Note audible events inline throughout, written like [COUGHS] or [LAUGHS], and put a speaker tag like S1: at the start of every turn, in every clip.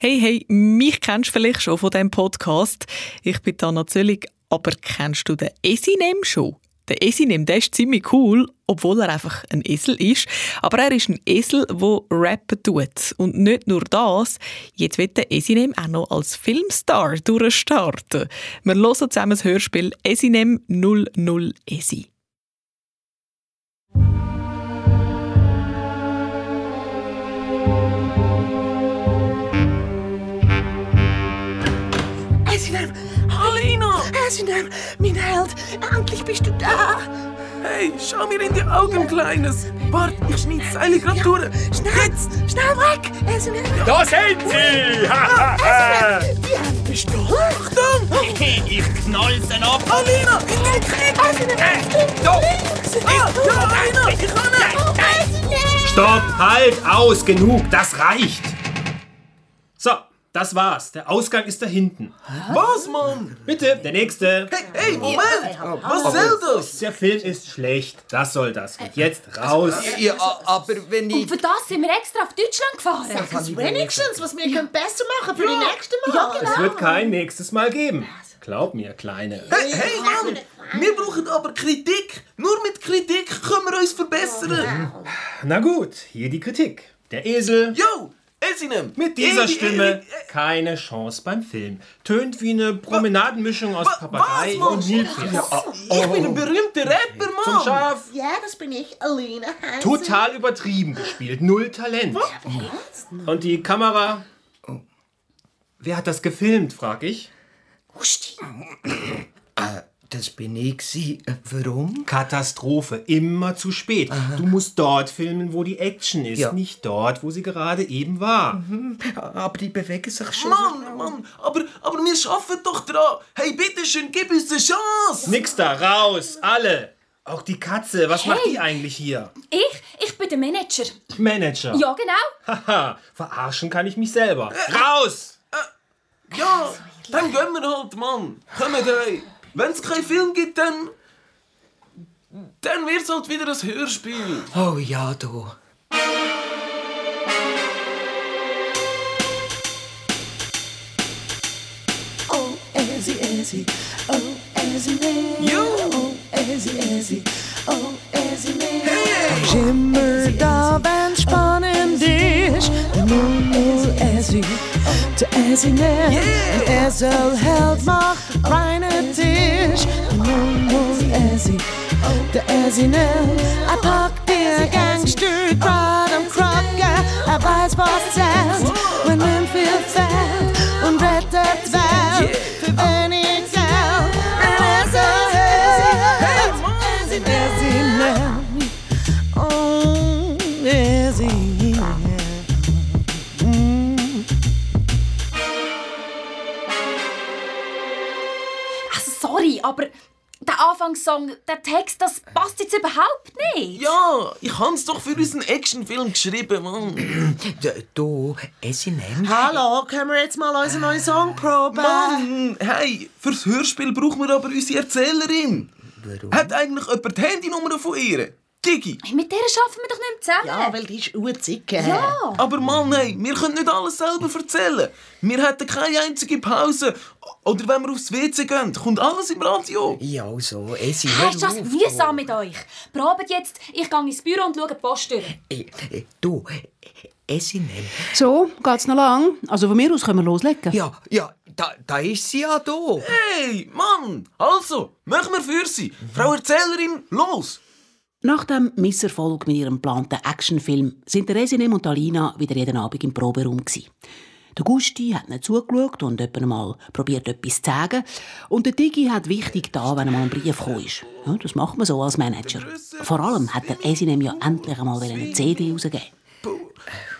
S1: Hey, hey, mich kennst du vielleicht schon von diesem Podcast. Ich bin Anna Zöllig, aber kennst du den Esinem schon? Der Esinem, der ist ziemlich cool, obwohl er einfach ein Esel ist. Aber er ist ein Esel, der rappen tut. Und nicht nur das, jetzt wird der Esinem auch noch als Filmstar durchstarten. Wir hören zusammen das Hörspiel Esinem 00 Esi.
S2: Esinem!
S3: Alina!
S2: Esinem, mein Held! Endlich bist du da!
S3: Hey, schau mir in die Augen, Kleines! Bart, ich schneide seine Gratturen!
S2: Schnell! Schnell weg! Esinem!
S4: Da sind sie! Ha, ha, ha.
S2: Esinem! Die haben bestochen!
S3: Achtung!
S4: Ich knall sie ab!
S3: Alina, in den Krieg!
S2: Esinem! Links!
S3: Ah, ja, Alina, ich kann
S2: Oh, Esinem!
S4: Stopp! Halt! Aus! Genug! Das reicht! So, das war's. Der Ausgang ist da hinten.
S3: Was, Mann?
S4: Bitte, der nächste!
S3: Hey, hey, Moment! Was soll das?
S4: Der Film ist schlecht. Das soll das. Und jetzt raus!
S5: Ja, aber wenn ich.
S6: Für das sind wir extra auf Deutschland gefahren.
S2: Wenigstens, was wir können besser machen für die nächste Mal! Ja,
S4: Also,
S6: genau.
S4: Es wird kein nächstes Mal geben. Glaub mir, Kleine.
S3: Hey, hey, Mann! Wir brauchen aber Kritik! Nur mit Kritik können wir uns verbessern!
S4: Na gut, hier die Kritik. Der Esel.
S3: Yo! Esinem!
S4: Mit dieser
S3: Edi,
S4: Stimme
S3: Edi,
S4: keine Chance beim Film. Tönt wie eine Promenadenmischung aus
S3: Wa-
S4: Papagei
S3: was,
S4: und
S3: Mann?
S4: Nilpferd.
S3: oh, Ich bin ein berühmter Rapper, Mann!
S4: Zum Schaf.
S2: Ja, das bin ich, Alina Hansen.
S4: Total übertrieben gespielt. Null Talent. Und die Kamera.
S5: Oh.
S4: Wer hat das gefilmt, frag ich.
S5: Äh, Das bin ich. gsi. Äh, Warum?
S4: Katastrophe. Immer zu spät. Du musst dort filmen, wo die Action ist.
S5: Ja. Mhm.
S4: Nicht dort, wo sie gerade eben war.
S5: Aber die bewegen sich schon.
S3: Mann, Mann, aber, aber wir schaffen doch dran. Hey, bitteschön, gib uns eine Chance.
S4: Nix da. Raus. Alle. Auch die Katze. Was macht die eigentlich hier?
S6: Ich, ich bin der Manager.
S4: Manager.
S6: Ja, genau.
S4: Haha, verarschen kann ich mich selber. Raus!
S3: Ja, dann gehen wir halt, Mann. Kommt rein. Wenn es keinen Film gibt, dann... Dann wird's halt wieder ein Hörspiel.
S5: Oh ja, du.
S2: Oh, Esi, Esi. Oh, Esinem.
S3: Jo,
S2: Oh, Esi, Esi. Oh, Esinem.
S7: Immer da, wenn spannend ist. Nur, nur Essi, der Essi nennt. Ein Esselheld macht reinen Tisch. Nur, nur Essi, der Essi nennt. Er packt dir Gangster grad am Kragen. Er weiß, was zählt, wenn ihm viel fehlt. Und rettet Welt für wenig Geld. Ein Esselheld, Essi nennt. Oh, is he? Mm.
S6: Also, sorry, aber der Anfangssong, der Text, das passt jetzt überhaupt nicht.
S3: ja, ich hab's doch für unseren Actionfilm geschrieben, Mann.
S5: D- Du, Esinem?
S7: Hallo, können wir jetzt mal unseren neuen Song proben?
S3: Mann, hey, fürs Hörspiel brauchen wir aber unsere Erzählerin. Hat eigentlich jemand die Handynummer von ihr? Gigi.
S6: Hey, Mit der arbeiten wir doch nicht mehr zusammen.
S2: Ja, weil die ist urzicke.
S6: Ja.
S3: Aber Mann, nein, wir können nicht alles selber erzählen. Wir hätten keine einzige Pause. Oder wenn wir aufs WC gehen, kommt alles im Radio.
S5: Ja,
S7: also,
S5: so,
S7: eh,
S5: Esi,
S6: Hey, ist das mühsam mit euch? Probet jetzt, ich gehe ins Büro und schaue die Post durch.
S5: Äh, Du, Esinem.
S7: So, geht's noch lang? Also von mir aus können wir loslegen.
S5: Ja, ja, da, da ist sie ja, du.
S3: Hey, Mann! Also, machen wir für sie. Frau Erzählerin, los!
S8: Nach dem Misserfolg mit ihrem geplanten Actionfilm sind der Resinem und Alina wieder jeden Abend im Proberaum. gsi. Der Gusti hat ihnen zugeschaut und etwa mal probiert, etwas zu sagen. Und der Digi hat wichtig da, wenn einmal ein Brief gekommen ist. Ja, das macht man so als Manager. Vor allem hat der Esinem ja endlich einmal wieder eine CD rausgegeben.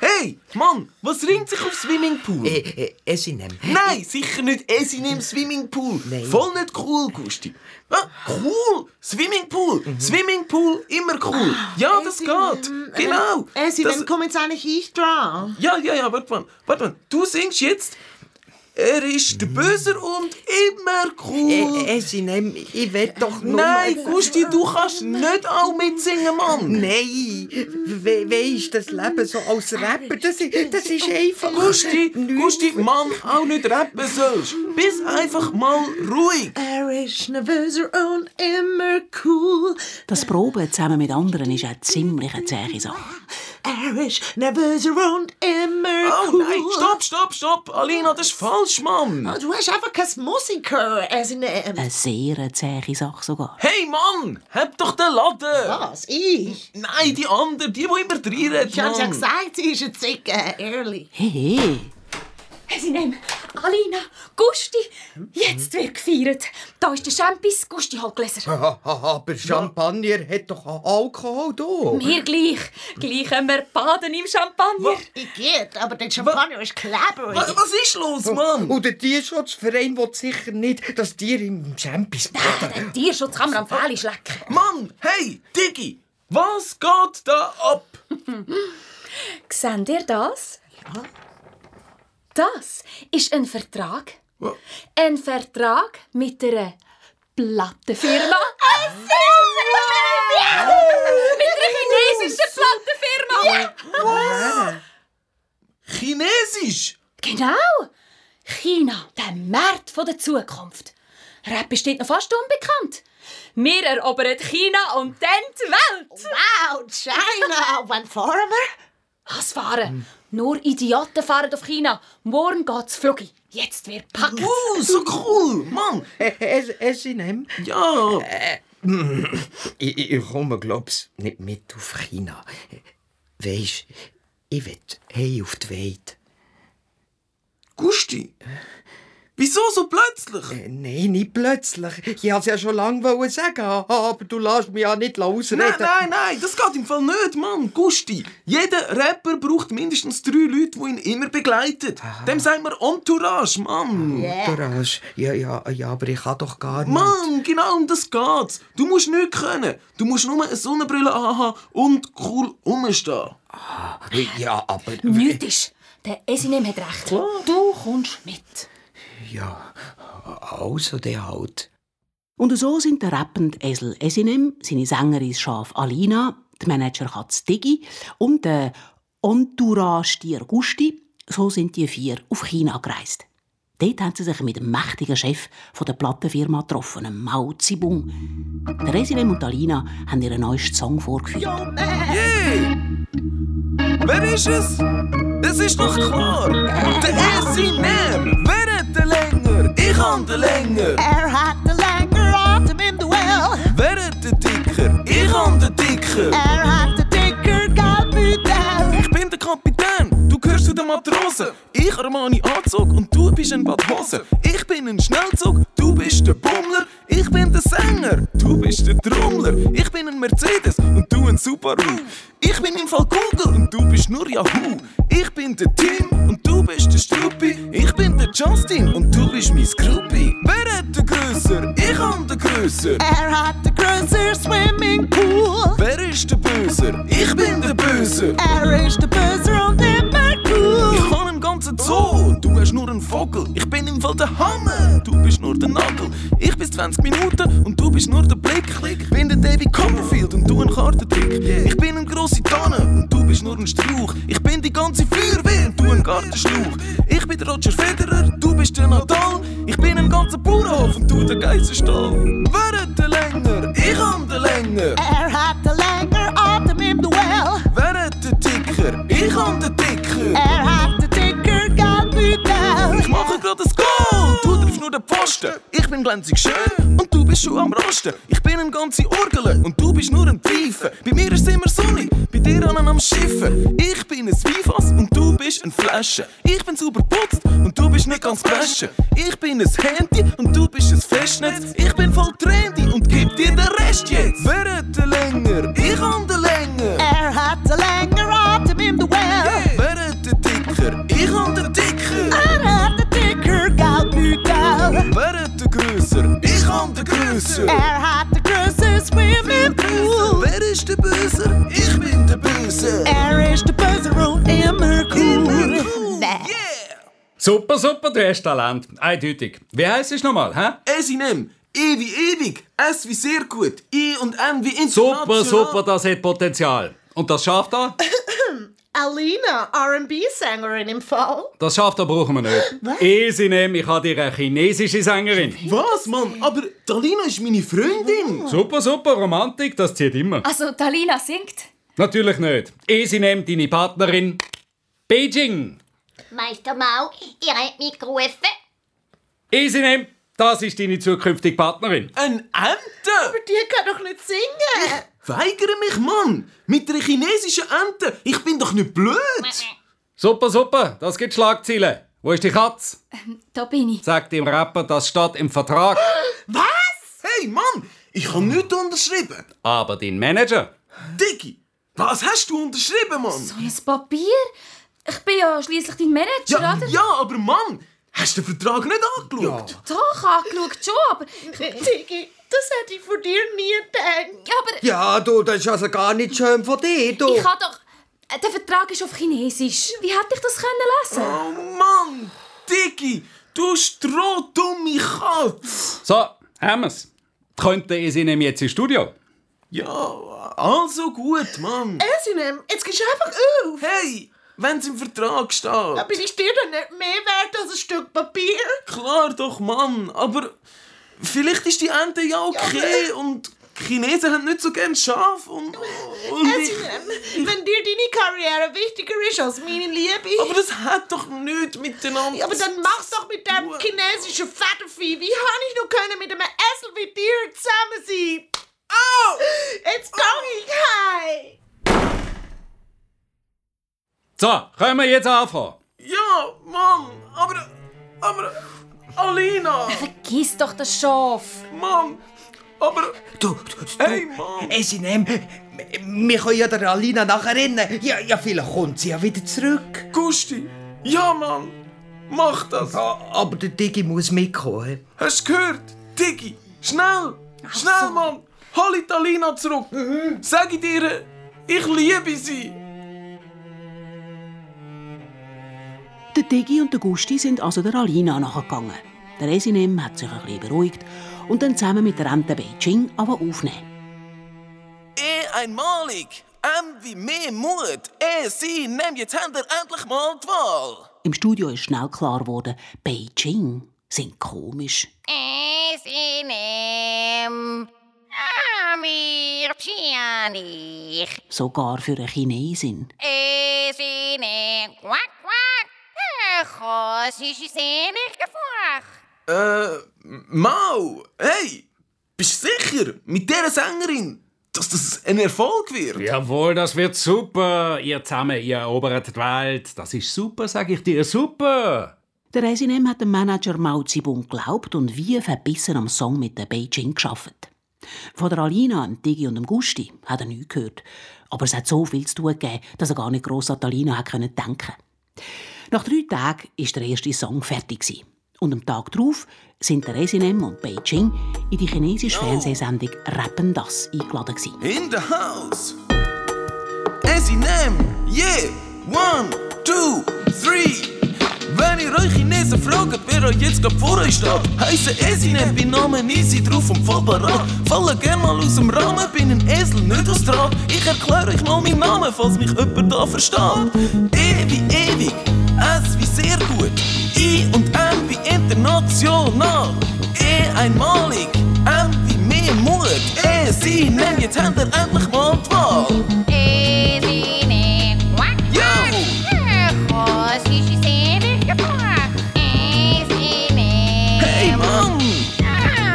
S3: Hey, Mann, was ringt sich auf Swimmingpool?
S5: Äh, äh, Esinem.
S3: Nein, sicher nicht Esi im Swimmingpool.
S5: Nein.
S3: Voll nicht cool, Gusti. Ah, cool! Swimmingpool! Swimmingpool, immer cool. Ja, das geht. Genau.
S2: Esi,
S3: das,
S2: dann komm jetzt eigentlich ich dran.
S3: ja, ja, ja, warte mal. Warte mal. Du singst jetzt Er ist der Böser und immer cool.
S5: Äh, Esinem, ich will doch nur...
S3: Nein, Gusti, du kannst nicht auch mitsingen, Mann.
S5: Nein, we weisst, das Leben so als Rapper, das,
S3: [LAUGHS]
S5: i- das ist einfach...
S3: Gusti, Gusti, Mann, auch nicht rappen sollst. Bist einfach mal ruhig.
S7: Er ist nervöser und immer cool.
S8: Das Proben zusammen mit anderen ist eine ziemlich eine zähe Sache.
S7: Er ist nervöser und immer
S3: Oh
S7: cool.
S3: nein, stopp, stopp, stopp. Alina, das ist falsch, Mann.
S7: Ah, Du hast einfach kein Musiker, äh, ähm. Esinem.
S8: Eine sehr zähe Sache sogar.
S3: Hey, Mann, hab doch den Laden.
S7: Was? Ich? Ah,
S3: Nein, die andere, die, die immer reinredet,
S7: Ich hab's ja
S3: Mann.
S7: gesagt,
S9: er
S7: sie ist eine Zicke, ehrlich.
S8: Hey, hey.
S6: Esinem, Alina, Gusti, jetzt wird gefeiert. Da ist der Champis, Gusti holt Gläser.
S5: Ha, ha, ha, Aber Champagner hat doch Alkohol da.
S6: Mir gleich. Gleich können wir baden im Champagner.
S7: Ich geht, aber der Champagner ist
S3: Wa-
S7: clever.
S3: Was ist los, Mann?
S5: Oh, Und der Tierschutzverein will sicher nicht, dass Tiere im Champis baden.
S6: Tierschutz kann man am Fähli schlecken.
S3: Mann, hey, Diggi, was geht da ab?
S6: Seht ihr das? Das ist ein Vertrag. Ein Vertrag mit einer Plattenfirma. Ja! mit einer chinesischen Plattenfirma.
S3: Chinesisch?
S6: Genau! China, der Markt von der Zukunft. Rap ist dort noch fast unbekannt. Wir erobern China und dann die Welt.
S7: Wow, China, [LAUGHS] wann fahren wir?
S6: Was fahren? Nur Idioten fahren auf China. Morgen geht's Flugi. Jetzt
S9: er-
S6: wird packt.
S3: Oh, so cool,
S6: [LAUGHS]
S3: Mann.
S5: Esinem,
S3: Ja,
S7: Äh.
S5: [COUGHS] ich, ich- ich komme, glaub's, nicht mit auf China. Weisst, ich will hey auf die Welt.
S3: Gusti. Wieso so plötzlich?
S5: Äh, Nein, nicht plötzlich. Ich wollte es ja schon lange wollen sagen, aber du lässt mich ja nicht ausreden.
S3: Nein, nein, nein, das geht im Fall nicht, Mann. Hm, Gusti, jeder Rapper braucht mindestens drei Leute, die ihn immer begleiten. Dem sagen wir Entourage, Mann.
S5: Entourage. Ja, ja, ja, aber ich kann doch gar nicht.
S3: Mann, genau um das geht's. Du musst nichts können. Du musst nur eine Sonnenbrille anhaben und cool rumstehen.
S5: Ah, Ja, aber.
S6: Nichts ist. Der Esinem hat recht. Du kommst mit.
S5: Ja, also der halt.
S8: Und so sind der rappende Esel Esinem, seine Sängerin das Schaf Alina, die Manager Katz Digi und der Entourage-Tier Gusti, so sind die vier auf China gereist. Dort haben sie sich mit dem mächtigen Chef von der Plattenfirma getroffen, dem Mao Zibung. Der Esinem und Alina haben ihren neuesten Song vorgeführt.
S3: Hey! Wer ist es? Das ist doch klar. Der Esinem. Wer hat den länger? Ich hab den länger.
S7: Er hat den Lenker auf dem im Duell.
S3: Wer hat den dicker? Ich hab den dicker.
S7: Er hat den dicker Kapitän.
S3: Ich bin der Kapitän, du gehörst zu den Matrosen. Ich Armani Anzug und du bist ein Badhose. Ich bin ein Schnellzug, du bist der Bummler. Ich bin der Sänger, du bist der Trommler. Ich bin ein Mercedes und du ein Subaru. Ich bin im Fall Google und du bist nur Yahoo. Ich bin der Tim und du bist der Struppi. Ich bin der Justin und du bist mein Gruppi. Wer hat den Grösser? Ich hab den Grösser.
S7: Er hat den grösser Swimmingpool.
S3: Wer ist der Böser? Ich bin der Böser.
S7: Er ist der Böser und immer cool.
S3: Ich habe einen ganzen Zoo, du hast nur einen Vogel. Ich bin im Fall der Hammer, du bist nur der Nagel. Ich bin 20 Minuten und du bist nur der Blick. Ich bin der David Copperfield und du ein Kartentrick. Ich bin eine grosse Tanne und du bist nur ein Strauch. Ich bin die ganze Feuerwehr und du ein Gartenschlauch. Ich bin der Roger Federer, du bist der Nadal. Ich bin ein ganzer Bauernhof und du der Geissenstall. Wer hat den länger? Ich hab den länger.
S7: Er hat den Lenker auf dem im Duell.
S3: Wer hat den dicker? Ich hab den dicker.
S7: Er hat den dicker
S3: Ich
S7: Kapitän.
S3: mache gerade das Goal! Du triffst nur den Pfosten! Ich bin glänzig schön und du bist schon am Rosten! Ich bin ein ganze Orgel und du bist nur ein Pfeifen! Bei mir ist immer sonnig, bei dir an am Schiffen! Ich bin ein Weinfass und du bist ein Flasche! Ich bin super putzt und du bist nicht ganz Flasche! Ich bin ein Handy und du bist ein Festnetz! Ich bin voll trendy und gib dir den Rest jetzt! Wer hat den länger? Ich hab den länger!
S7: Er hat den Lenker auf dem im Duell.
S3: Wer hat den dicker? Ich hab den dicker!
S7: Er hat den dicker Kapitän.
S3: Wer hat den grösser? Ich hab den grösser!
S7: Er hat den grösser Swimmingpool.
S3: Wer ist der Böser? Ich bin der Böse.
S7: Er ist der Böser und immer cool.
S3: Yeah!
S10: Super, super, du hast Talent. Eindeutig. Wie heisst es nochmal, hä?
S3: Esinem. E wie ewig. S wie sehr gut. I und N wie international.
S10: Super, super, das hat Potenzial. Und das schafft er?
S9: Alina, RB-Sängerin im Fall.
S10: Das schafft er brauchen wir nicht. E Easy nehmen, ich habe dir eine chinesische Sängerin.
S3: Was, Mann? Aber Talina ist meine Freundin.
S10: Super, super, Romantik, das zieht immer.
S3: Hm.
S6: Also, Talina singt.
S10: Natürlich nicht. E Easy nehmen, deine Partnerin. Beijing.
S2: Meister Mao, ihr habt mich gerufen.
S10: Easy nehmen, das ist deine zukünftige Partnerin.
S3: Ein Ente.
S9: Aber die kann doch nicht singen.
S3: Weigere mich, Mann. Mit der chinesischen Ente. Ich bin doch nicht blöd.
S10: Super, super, das gibt Schlagzeilen. Wo ist die Katz?
S6: Da bin ich.
S10: Sagt dem Rapper, das steht im Vertrag.
S3: Was? Hey, Mann. Ich habe nichts unterschrieben.
S10: Aber dein Manager?
S3: Diggi, was hast du unterschrieben, Mann?
S6: So ein Papier? Ich bin ja schließlich dein Manager,
S3: Ja,
S6: oder?
S3: ja, aber Mann, hast du den Vertrag nicht angeschaut?
S6: Doch, angeschaut schon, aber...
S9: Digi, das hätte ich von dir nie gedacht.
S6: Ja, aber
S5: Ja, du, das ist also gar nicht schön von dir, du.
S6: ich habe doch... Äh, Der Vertrag ist auf Chinesisch. Wie hätte ich das können lesen?
S3: Oh Mann, Diggi, du strohdumme Katz.
S10: So, haben wir's. Könnte ich sie nehmen jetzt ins Studio?
S3: Ja, also gut, Mann.
S9: Esinem, jetzt gehst du einfach auf.
S3: Hey, wenn's im Vertrag steht.
S9: Aber ist dir dann nicht mehr wert als ein Stück Papier?
S3: Klar doch, Mann, aber vielleicht ist die Ente ja okay und die Chinesen haben nicht so gern Schaf und...
S9: Oh.
S3: und
S9: Esinem, wenn dir deine Karriere wichtiger ist als meine Liebe,
S3: aber das hat doch nichts miteinander...
S9: Ja, aber dann mach's doch mit dem chinesischen Federvieh. Wie kann ich nur können mit einem Esel wie dir zusammen sein? Oh! Jetzt geh ich heim!
S10: So, können wir jetzt anfangen?
S3: Ja, Mann, aber... aber... Alina,
S6: Vergiss doch das Schaf.
S3: Mann, aber...
S5: Du, du, du.
S3: Hey, Mann.
S5: Esinem, wir können ja der Alina nachher rennen. Ja, ja, vielleicht kommt sie ja wieder zurück.
S3: Gusti, ja, Mann, mach das.
S5: Ah, Aber der Digi muss mitkommen.
S3: Hast du gehört? Diggi, schnell, schnell, Mann. Hol die Alina zurück. Sag ich dir, ich liebe sie.
S8: Der Digi und der Gusti sind also der Alina nachgegangen. Der Esinem hat sich ein bisschen beruhigt und dann zusammen mit der Ente Beijing aber aufnehmen.
S3: Eh einmalig. M wie mehr Mut. Eh, sie, nimm jetzt Händler endlich mal die Wahl.
S8: Im Studio ist schnell klar geworden, Beijing sind komisch.
S2: Es in ihm. Amir Pianich.
S8: Sogar für eine Chinesin.
S2: Es in ihm. Quack, quack. Ach, sie ist nicht gefragt.
S3: Äh, Mau, hey, bist du sicher, mit dieser Sängerin, dass das ein Erfolg wird?
S10: Jawohl, das wird super. Ihr zusammen, ihr erobert die Welt. Das ist super, sag ich dir, super.
S8: Der Resinem hat dem Manager Mao Zedong geglaubt und wie verbissen am Song mit der Beijing geschafft. Von der Alina, dem Digi und dem Gusti hat er nichts gehört. Aber es hat so viel zu tun gegeben, dass er gar nicht gross an die Alina hat können denken Nach drei Tagen war der erste Song fertig. gewesen. Und am Tag darauf sind der Resinem und Beijing in die chinesische Fernsehsendung «Rappen das» eingeladen. gewesen.
S3: In the house. Esinem, yeah. One, two, three. Wenn ihr euch Chinesen fragt, wer euch jetzt gerade vor euch steht, heisse Esinem, bin Namen easy drauf und voll parat. Falle gern mal aus dem Rahmen, bin ein Esel, nicht aus Draht. Ich erkläre euch mal meinen Namen, falls mich jemand da versteht. E wie ewig, S wie sehr gut, I und M wie international, E einmalig, M wie mehr Mut, E sie, nimm jetzt habt ihr endlich mal die Wahl.
S2: Es in ihm. Quack, quack. Ach, sie ist nicht gefragt. Es in ihm.
S3: Hey Mann!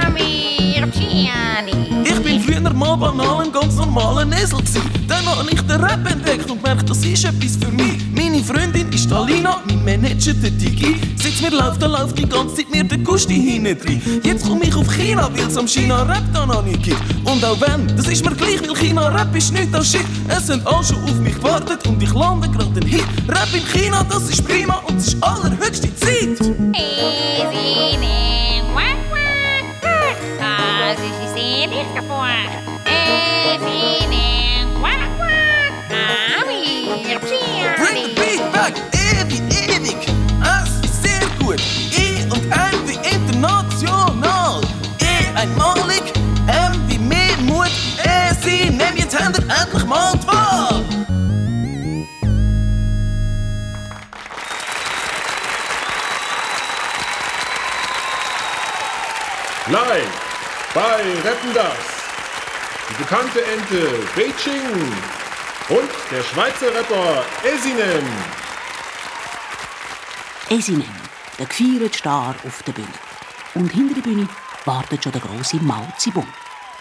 S2: Amir Pianich.
S3: Ich bin früher mal banal ein ganz normaler Esel gsi. Dann hab ich den Rap entdeckt und merkt, das ist etwas für mich. Meine Freundin ist Alina, mein Manager der Digi. Sitz mir läuft, dann läuft die ganze Zeit mir der Gusti hinten rein. Jetzt komm ich auf China, weil's am China Rap da noch nicht gibt. Und auch wenn, das ist mir gleich, weil China Rap ist nicht als Shit. Es sind alle schon auf mich gewartet und ich lande grad den Hit. Rap in China, das ist prima und es ist allerhöchste Zeit.
S2: Es in ihm. Quack, quack. Ach, sie ist nicht gefragt. Es in ihm. Quack, quack. Amir
S3: Bring
S2: Pianich.
S3: the beat back, ewig, ewig. Es ist sehr
S11: E
S12: Nein, bei Retten das. Die bekannte Ente Beijing und der Schweizer Rapper Esinem.
S8: Esinem, der gefeierte Star auf der Bühne. Und hinter der Bühne wartet schon der große Malzibum.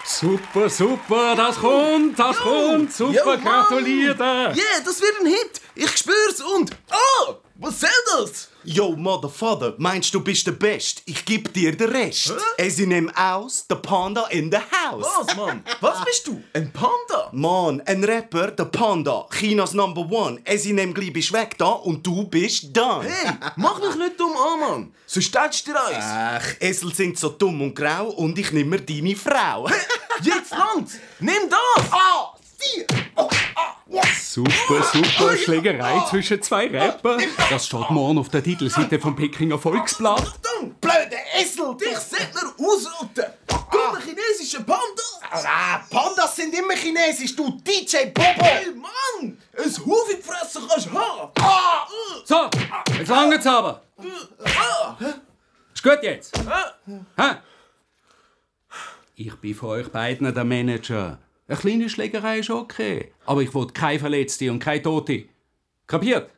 S10: Super, super, das kommt, das kommt. Super,
S8: Jo, Mann.
S10: gratuliert.
S11: Ja, yeah, das wird ein Hit. Ich spür's und... Oh, was soll das? Yo, Motherfather, meinst du bist der Best? Ich geb dir den Rest. Es in dem aus, der Panda in the house.
S12: Was, Mann? Was bist du?
S11: Ein Panda? Mann, ein Rapper, der Panda. Chinas Number One. Es in dem gleich bist weg da und du bist da.
S12: Hey, mach mich nicht dumm an, Mann.
S11: Sonst tätst du dir eins. Ach, Esel sind so dumm und grau und ich nimm mir deine Frau. Jetzt langt's! Nimm das! Ah!
S10: Super, super Schlägerei zwischen zwei Rapper. Das steht morgen auf der Titelseite vom Pekinger Volksblatt.
S11: Verdammt, blöder Esel! Dich sollte man ausrotten! Du, der chinesische Panda! Ah, Pandas sind immer chinesisch, du DJ Bobo! Hey, Mann! Ein Hufenfresser kannst du haben! Ah!
S10: So, jetzt lange aber. Ist gut jetzt. Hä? Ich bin von euch beiden der Manager. Eine kleine Schlägerei ist okay. Aber ich will keine Verletzte und keine Tote. Kapiert?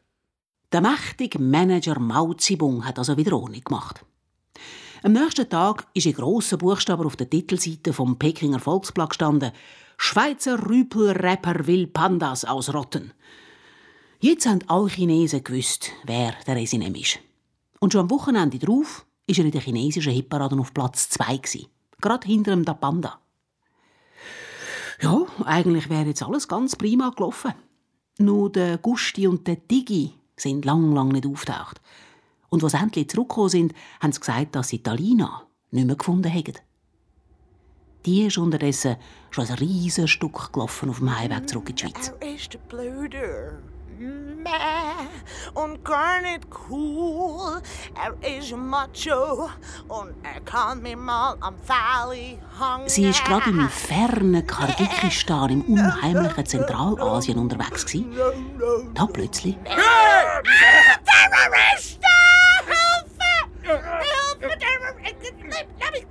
S8: Der mächtige Manager Mao Zedong hat also wieder ohne gemacht. Am nächsten Tag ist in grossen Buchstaben auf der Titelseite vom Pekinger Volksblatt gestanden: Schweizer Rüpelrapper will Pandas ausrotten. Jetzt haben alle Chinesen gewusst, wer der Resinem ist. Und schon am Wochenende drauf ist er in der chinesischen Hitparade auf Platz 2 gsi, gerade hinter dem Da Panda. Ja, eigentlich wäre jetzt alles ganz prima gelaufen. Nur der Gusti und der Digi sind lang, lang nicht auftaucht. Und als sie endlich zurückgekommen sind, haben sie gesagt, dass sie Talina nicht mehr gefunden hätten. Die ist unterdessen schon ein riesiges Stück gelaufen auf dem Heimweg zurück in die Schweiz.
S7: Er ist blöder. Mäh. Und gar nicht cool. Er ist macho. Und er kann mir mal am Valley hängen.
S8: Sie ist gerade im fernen Kardikistan im unheimlichen Zentralasien unterwegs. Gewesen. Da plötzlich
S7: Terroristen! Hilfe! Hilfe, Terroristen! Lass mich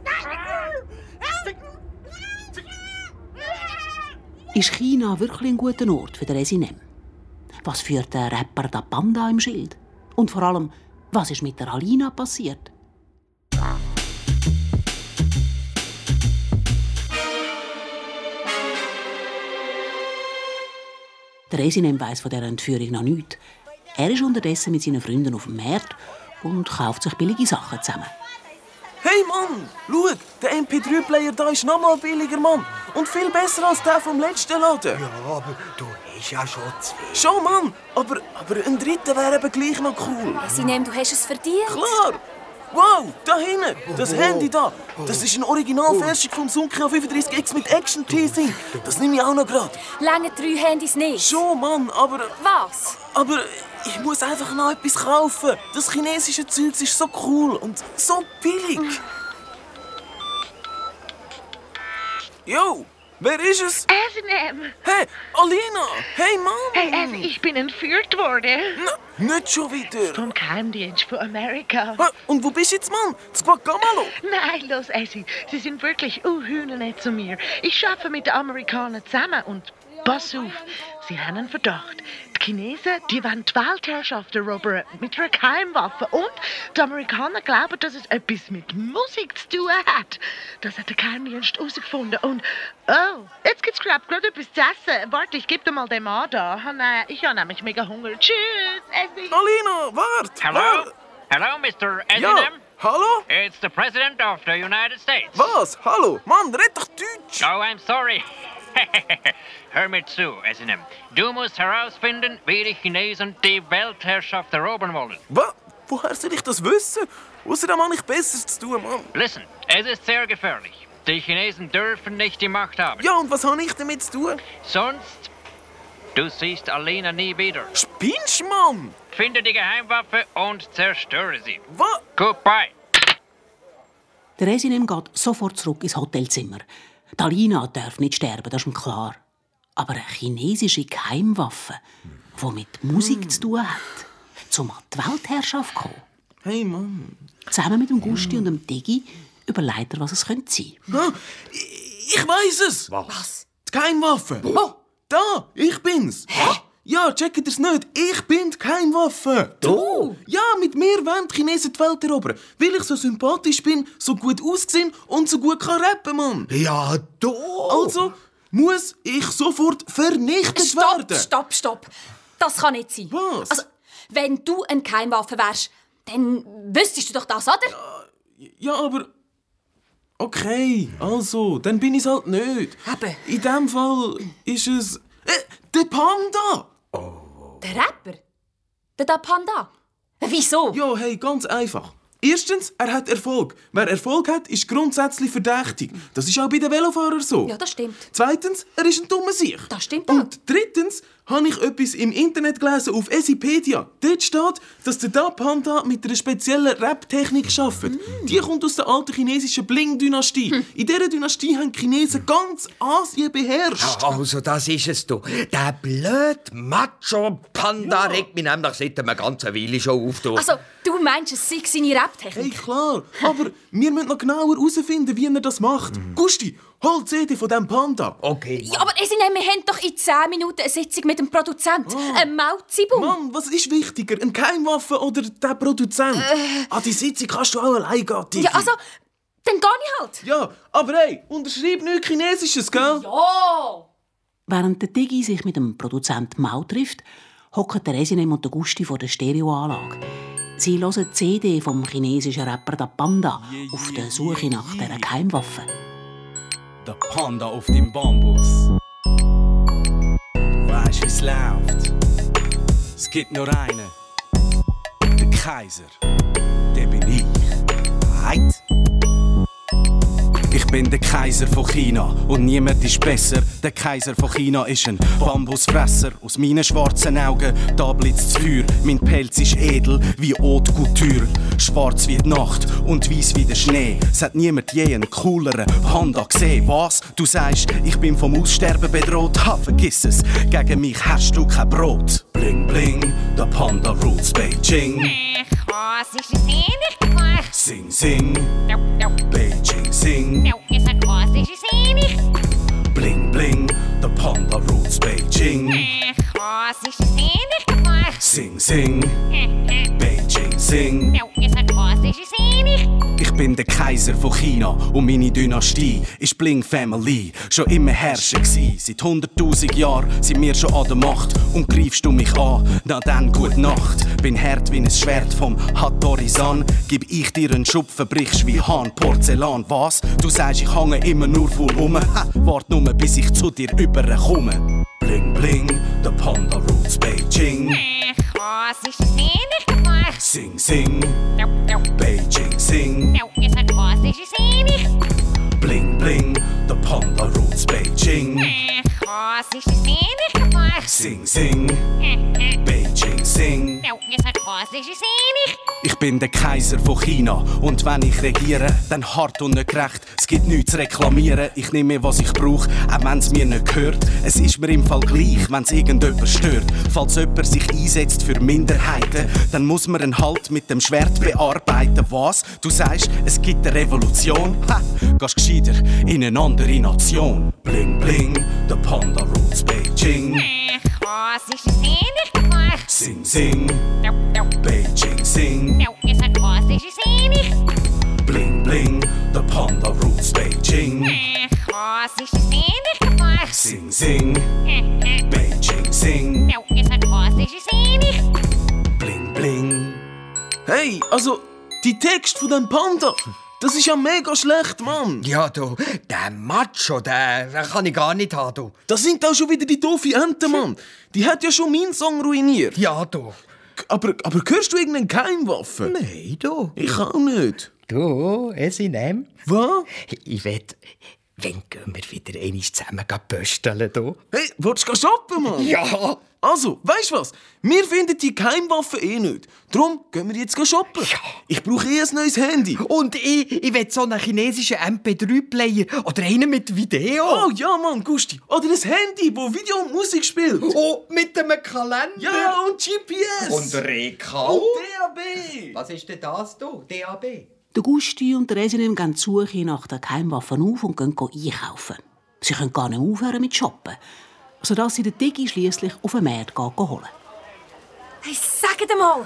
S8: ist China wirklich ein guter Ort für den Resinem. Was führt der Rapper da Panda im Schild? Und vor allem, was ist mit der Alina passiert? Der Resinem weiß von dieser Entführung noch nichts. Er ist unterdessen mit seinen Freunden auf dem Markt und kauft sich billige Sachen zusammen.
S3: Hey Mann, schau, der MP3-Player da ist nochmal billiger, Mann. Und viel besser als der vom letzten Laden. Ja, aber du hast ja schon zwei. Schon, Mann. Aber, aber ein dritter wäre eben gleich noch cool.
S6: Sinem, du hast es verdient.
S3: Klar. Wow, da hinten, das
S6: Oh.
S3: Handy da. Das ist eine Originalfälschung vom Sunken 35X mit action teasing Das nehme ich auch noch gerade.
S6: Lange drei Handys nicht.
S3: Schon, Mann, aber...
S6: Was?
S3: Aber ich muss einfach noch etwas kaufen. Das chinesische Zeug ist so cool und so billig. Jo, wer ist es?
S9: Esnem!
S3: Hey, Alina! Hey, Mann!
S9: Hey, also ich bin entführt worden.
S3: Nicht schon wieder!
S9: Vom Geheimdienst von Amerika.
S3: Und wo bist du jetzt, Mann? Zu Guacamalo?
S9: Nein, los, Essi. Sie sind wirklich unhühner nicht zu mir. Ich arbeite mit den Amerikanern zusammen und pass auf, sie haben einen Verdacht. Die Chinesen, die wollen die Weltherrschaft erobern mit einer Geheimwaffe. Und die Amerikaner glauben, dass es etwas mit Musik zu tun hat. Das hat der Geheimdienst herausgefunden. Und, oh, jetzt gibt's gerade gerade etwas zu essen. Warte, ich gebe dir mal den Mann da. Oh nein, Ich habe nämlich mega Hunger. Tschüss, Essi.
S3: Alina, warte!
S13: Hello? Hello, Mr.
S3: Ja,
S13: Eminem?
S3: hallo?
S13: It's the President of the United States.
S3: Was? Hallo? Mann, red doch Deutsch!
S13: Oh, I'm sorry. [LAUGHS] Hör mir zu, Eminem. Du musst herausfinden, wie die Chinesen die Weltherrschaft erobern wollen.
S3: Was? Woher soll ich das wissen? Außerdem habe ich Besseres zu tun, Mann.
S13: Listen, es ist sehr gefährlich. Die Chinesen dürfen nicht die Macht haben.
S3: Ja, und was habe ich damit zu tun?
S13: Sonst, du siehst Alina nie wieder.
S3: Spinnst, Mann?
S13: Finde die Geheimwaffe und zerstöre sie.
S3: Was?
S13: Goodbye.
S8: Der Resinem geht sofort zurück ins Hotelzimmer. Die Alina darf nicht sterben, das ist ihm klar. Aber eine chinesische Geheimwaffe, die mit
S3: Hm.
S8: Musik zu tun hat, zum an die Weltherrschaft zu kommen.
S3: Hey Mann. Hm.
S8: Zusammen mit dem Gusti und dem Digi überlegt er, was es könnte sein.
S3: Ah, ich ich weiß es! Was? Die Geheimwaffe! Wo? Da, ich bin's! Hä? Ja, checkt ihr's nicht, ich bin die Geheimwaffe! Du? Ja, mit mir wollen die Chinesen die Welt erobern, weil ich so sympathisch bin, so gut ausgesehen und so gut kann rappen, Mann! Ja, du! Also muss ich sofort vernichtet
S6: Stopp,
S3: werden!
S6: stopp, stopp. Das kann nicht sein. Was? Also, wenn du eine Geheimwaffe wärst, dann wüsstest du doch das, oder?
S3: Ja, aber. Okay, also, dann bin ich's halt nicht.
S6: Eben.
S3: In dem Fall ist es. Äh, der Panda!
S6: Der Rapper? Der Da Panda? Wieso?
S3: Ja, hey, ganz einfach. Erstens, er hat Erfolg. Wer Erfolg hat, ist grundsätzlich verdächtig. Das ist auch bei den Velofahrern so.
S6: Ja, das stimmt.
S3: Zweitens, er ist ein dummer Sieg.
S6: Das stimmt
S3: Und drittens habe ich etwas im Internet gelesen auf Esipedia. Dort steht, dass der Da Panda mit einer speziellen Rap-Technik arbeitet.
S6: Mm.
S3: Die kommt aus der alten chinesischen Bling-Dynastie.
S6: Hm.
S3: In dieser Dynastie haben die Chinesen ganz Asien beherrscht.
S14: Also, das ist es, du. Der blöde Macho-Panda regt mich nämlich seit einer ganzen Weile schon auf, du.
S6: Also, du meinst, es sei seine Rap-Technik?
S3: Oh. Hey, klar, aber wir müssen noch genauer herausfinden, wie er das macht. Gusti, hol die CD von diesem Panda.
S14: Okay.
S6: Ja, aber sie nehmen, wir haben doch in 10 Minuten eine Sitzung mit dem Produzenten. Ein Mauzibum.
S3: Oh. Mann, was ist wichtiger, eine Geheimwaffe oder der Produzent? An die Sitzung kannst du auch allein gehen, Tifi.
S6: Äh. Ja, also, dann gehe ich halt.
S3: Ja, aber hey, unterschreib nichts Chinesisches, gell?
S6: Ja!
S8: Während der Digi sich mit dem Produzent Mau trifft, hocken der Resinem und der Gusti vor der Stereoanlage. Sie hören die CD vom chinesischen Rapper Da Panda auf der Suche nach dieser Geheimwaffe.
S15: Der Panda auf dem Bambus. Du weißt, wie's läuft. Es gibt nur einen. Der Kaiser. Der bin ich. Heit. Ich bin der Kaiser von China und niemand ist besser. Der Kaiser von China ist ein Bambusfresser. Aus meinen schwarzen Augen, da blitzt das Feuer. Mein Pelz ist edel wie Haute Couture. Schwarz wie die Nacht und weiß wie der Schnee. Es hat niemand je einen cooleren Panda gesehen. Was? Du sagst, ich bin vom Aussterben bedroht. Ha, vergiss es. Gegen mich hast du kein Brot. Bling, bling, der Panda rules Beijing.
S16: Was ist es ähnlich gemacht?
S15: Sing, sing,
S16: Nope, nope,
S15: Beijing, sing.
S16: nope, es hat was ist es ähnlich.
S15: Bling bling, the panda rules Beijing.
S16: Was ist es ähnlich gemacht?
S15: Sing sing, Beijing sing.
S16: Nope, es hat was ist es ähnlich.
S15: Ich bin der Kaiser von China und meine Dynastie ist Bling Family. Schon immer Herrscher gsi. Seit 100.000 Jahren sind wir schon an der Macht. Und greifst du mich an, na dann gute Nacht. Bin hart wie ein Schwert vom Hattori-san. Gib ich dir einen Schub, verbrichst wie Hahn Porzellan. Was? Du sagst, ich hange immer nur voll rum. Ha, wart nur, bis ich zu dir überkomme. Bling bling, der Panda rules Beijing.
S16: É, Was ist es ähnlich gemacht?
S15: Sing sing,
S16: Nope, nope,
S15: Beijing sing.
S16: nope, es hat was ist es ähnlich.
S15: Bling bling, the panda rules Beijing.
S16: Was ist es ähnlich gemacht?
S15: Sing sing,
S16: É,
S15: Beijing sing.
S16: Nope, es hat was ist es ähnlich.
S15: Ich bin der Kaiser von China und wenn ich regiere, dann hart und nicht gerecht. Es gibt nichts zu reklamieren, ich nehme mir, was ich brauche, auch wenn es mir nicht gehört. Es ist mir im Fall gleich, wenn es irgendjemand stört. Falls jemand sich einsetzt für Minderheiten, dann muss man einen Halt mit dem Schwert bearbeiten. Was? Du sagst, es gibt eine Revolution? Ha! Gehst gescheiter in eine andere Nation. Bling bling, der Panda rules Beijing.
S16: Was ist es ähnlich gemacht?
S15: Sing sing,
S16: Nope, nope,
S15: Beijing sing.
S16: nope, es hat was ist es ähnlich.
S15: Bling bling, the panda rules Beijing.
S16: É, Was ist es ähnlich gemacht?
S15: Sing sing,
S16: É,
S15: Beijing sing.
S16: Nope, es hat was ist es ähnlich.
S15: Bling bling.
S3: Hey, also, die Text von dem Panda, das ist ja mega schlecht, Mann.
S14: Ja, du, der Macho, der, den kann ich gar nicht haben, du. Hm.
S3: Das sind auch schon wieder die doofe Ente, Mann. Die hat ja schon meinen Song ruiniert.
S14: Ja, du.
S3: Aber, aber hörst du irgendeine Geheimwaffe?
S14: Nein, du.
S3: Ich auch nicht.
S14: Du, es in dem.
S3: Was?
S14: Ich wett, wenn gehen wir wieder einmal zusammen gehen pösteln, du?
S3: Hey, willst du gehen shoppen, Mann?
S14: Ja.
S3: Also, weißt du was? Wir finden die Geheimwaffe eh nicht. Darum gehen wir jetzt gehen shoppen. Ich brauche eh ein neues Handy.
S14: Und ich, ich will so einen chinesischen MP3-Player oder einen mit Video.
S3: Oh ja, Mann, Gusti. Oder ein Handy, wo Video und Musik spielt.
S14: Oh, mit einem Kalender.
S3: Ja, und E GPS.
S14: Und Rekal.
S3: Und DAB.
S5: Oh.
S14: Was ist denn das, du? DAB?
S8: Der Gusti und der Esinem gehen die Suche nach den Geheimwaffen auf und gehen einkaufen. Sie können gar nicht aufhören mit Shoppen, sodass sie den Digi schließlich auf den Markt gehen holen.
S17: Hey, sagt mal,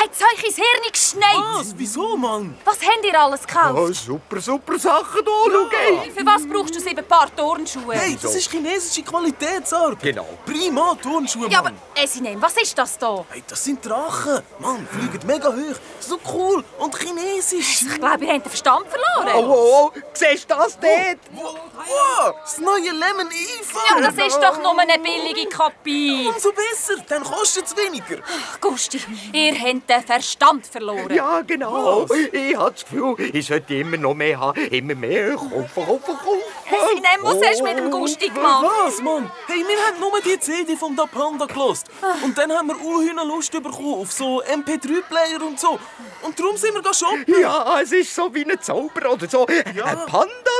S17: hat es euch ins Hirn geschneit? Was? Wieso, Mann? Was habt ihr alles gekauft?
S5: Oh, super, super Sachen da, schau ey.
S17: Für was brauchst du sieben Paar Turnschuhe?
S3: Hey, das ist chinesische Qualitätsarbeit. Genau. Prima Turnschuhe,
S17: Ja, aber,
S3: Mann.
S17: Esinem, was ist das da?
S3: Hey, das sind Drachen. Mann, fliegen mega hoch. So cool und chinesisch.
S17: Ich glaube, ihr habt den Verstand verloren.
S3: Oh, oh, oh.
S17: Siehst du das dort?
S3: Wow, das neue Lemon E Eva.
S17: Ja, das ist doch nur eine billige Kopie.
S3: Umso besser, dann kostet es weniger.
S17: Ach, Gusti, ihr habt den Verstand verloren.
S5: Ja, genau. Ich habe das Gefühl, ich sollte immer noch mehr haben. Immer mehr. Kaufen, kaufen, kaufen.
S17: Hey, Sinem, was hast du mit dem Gusti gemacht?
S3: Was, Mann? Hey, wir haben nur die CD von Da Panda gelost. Und dann haben wir unhühne Lust bekommen auf so MP3-Player und so. Und darum sind wir gehen shoppen.
S5: Ja, es ist so wie ein Zauber oder so. Ein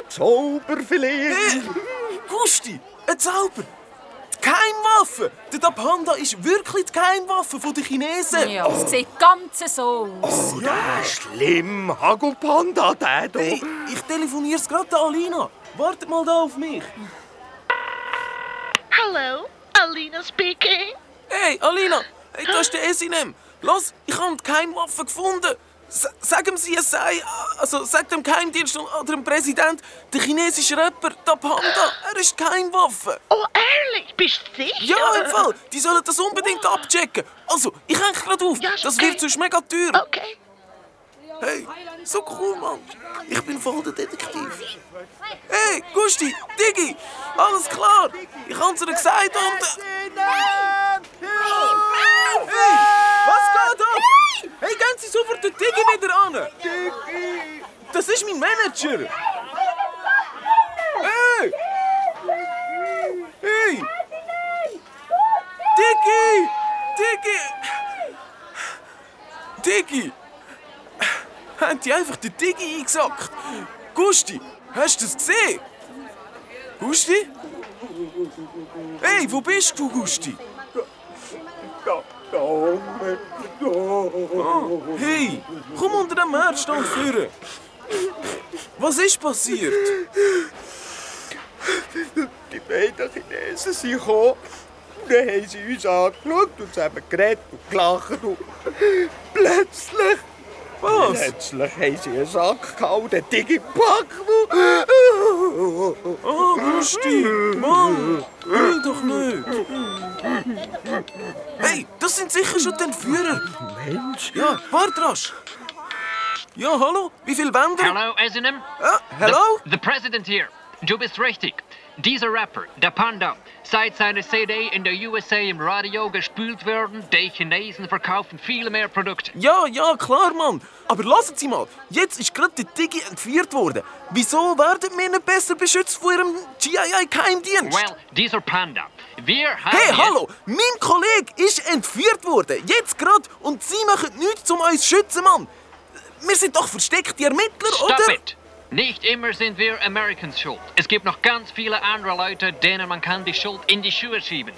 S5: Panda-Zauber vielleicht.
S3: Eh, Gusti, ein Zauber. Die Geheimwaffe. Der Da Panda ist wirklich die Geheimwaffe von den Chinesen.
S17: Ja, es sieht ganz so aus.
S5: Oh, der ist schlimm. Hagelpanda, der da.
S3: Hey, ich telefoniere gerade der Alina. Wartet mal da auf mich.
S9: Hello, Alina speaking.
S3: Hey, Alina, hey, da ist der Esinem. Los, ich habe die Geheimwaffe gefunden. S sag ihm, sie es sei, also sag dem Geheimdienst oder dem Präsident, der chinesische Rapper, der Panda, er ist die Geheimwaffe.
S9: Oh, ehrlich? Bist du sicher?
S3: Ja, im Fall, die sollen das unbedingt abchecken. Also, ich hänge gerade auf, das wird sonst mega teuer.
S9: Okay.
S3: Hey, so cool, Mann. Ich bin voll der Detektiv. Hey, Gusti, Diggi, alles klar. Ich habe es dir gesagt und... Hey, was geht ab? Hey, gehen Sie sofort den Diggi wieder an. Diggi! Das ist mein Manager. Hey! Hey! Diggi! Diggi! Diggi! Haben die einfach den Diggi eingesackt? Gusti, hast du das gesehen? Gusti? Hey, wo bist du, Gusti? Oh, hey, komm unter den Meerstand führen. Was ist passiert?
S5: Die beiden Chinesen sind gekommen. Dann haben sie uns angeschaut und sie haben geredet und gelacht. Und plötzlich...
S3: Was?
S5: Plötzlich haben sie einen Sack gehauen, den Digi gepackt.
S3: Oh, Gusti, Mann, will doch nicht. Hey, das sind sicher schon die Entführer. Mensch. Ja, wart rasch. Ja, hallo, wie viel Wände?
S13: Hello, Esinem.
S3: hello?
S13: The, the president here. Du bist richtig. Dieser Rapper, der Panda, seit seine CD in der USA im Radio gespielt werden, die Chinesen verkaufen viel mehr Produkte.
S3: Ja, ja, klar, Mann. Aber lassen Sie mal, jetzt ist gerade der Digi entführt worden. Wieso werden wir nicht besser beschützt von Ihrem GII-Geheimdienst?
S13: Well, dieser Panda. Wir haben
S3: Hey,
S13: jetzt-
S3: hallo! Mein Kollege ist entführt worden, jetzt gerade, und Sie machen nichts, um uns zu schützen, Mann! Wir sind doch versteckte Ermittler,
S13: Stop
S3: oder?
S13: it! Nicht immer sind wir Americans schuld. Es gibt noch ganz viele andere Leute, denen man kann die Schuld in die Schuhe schieben.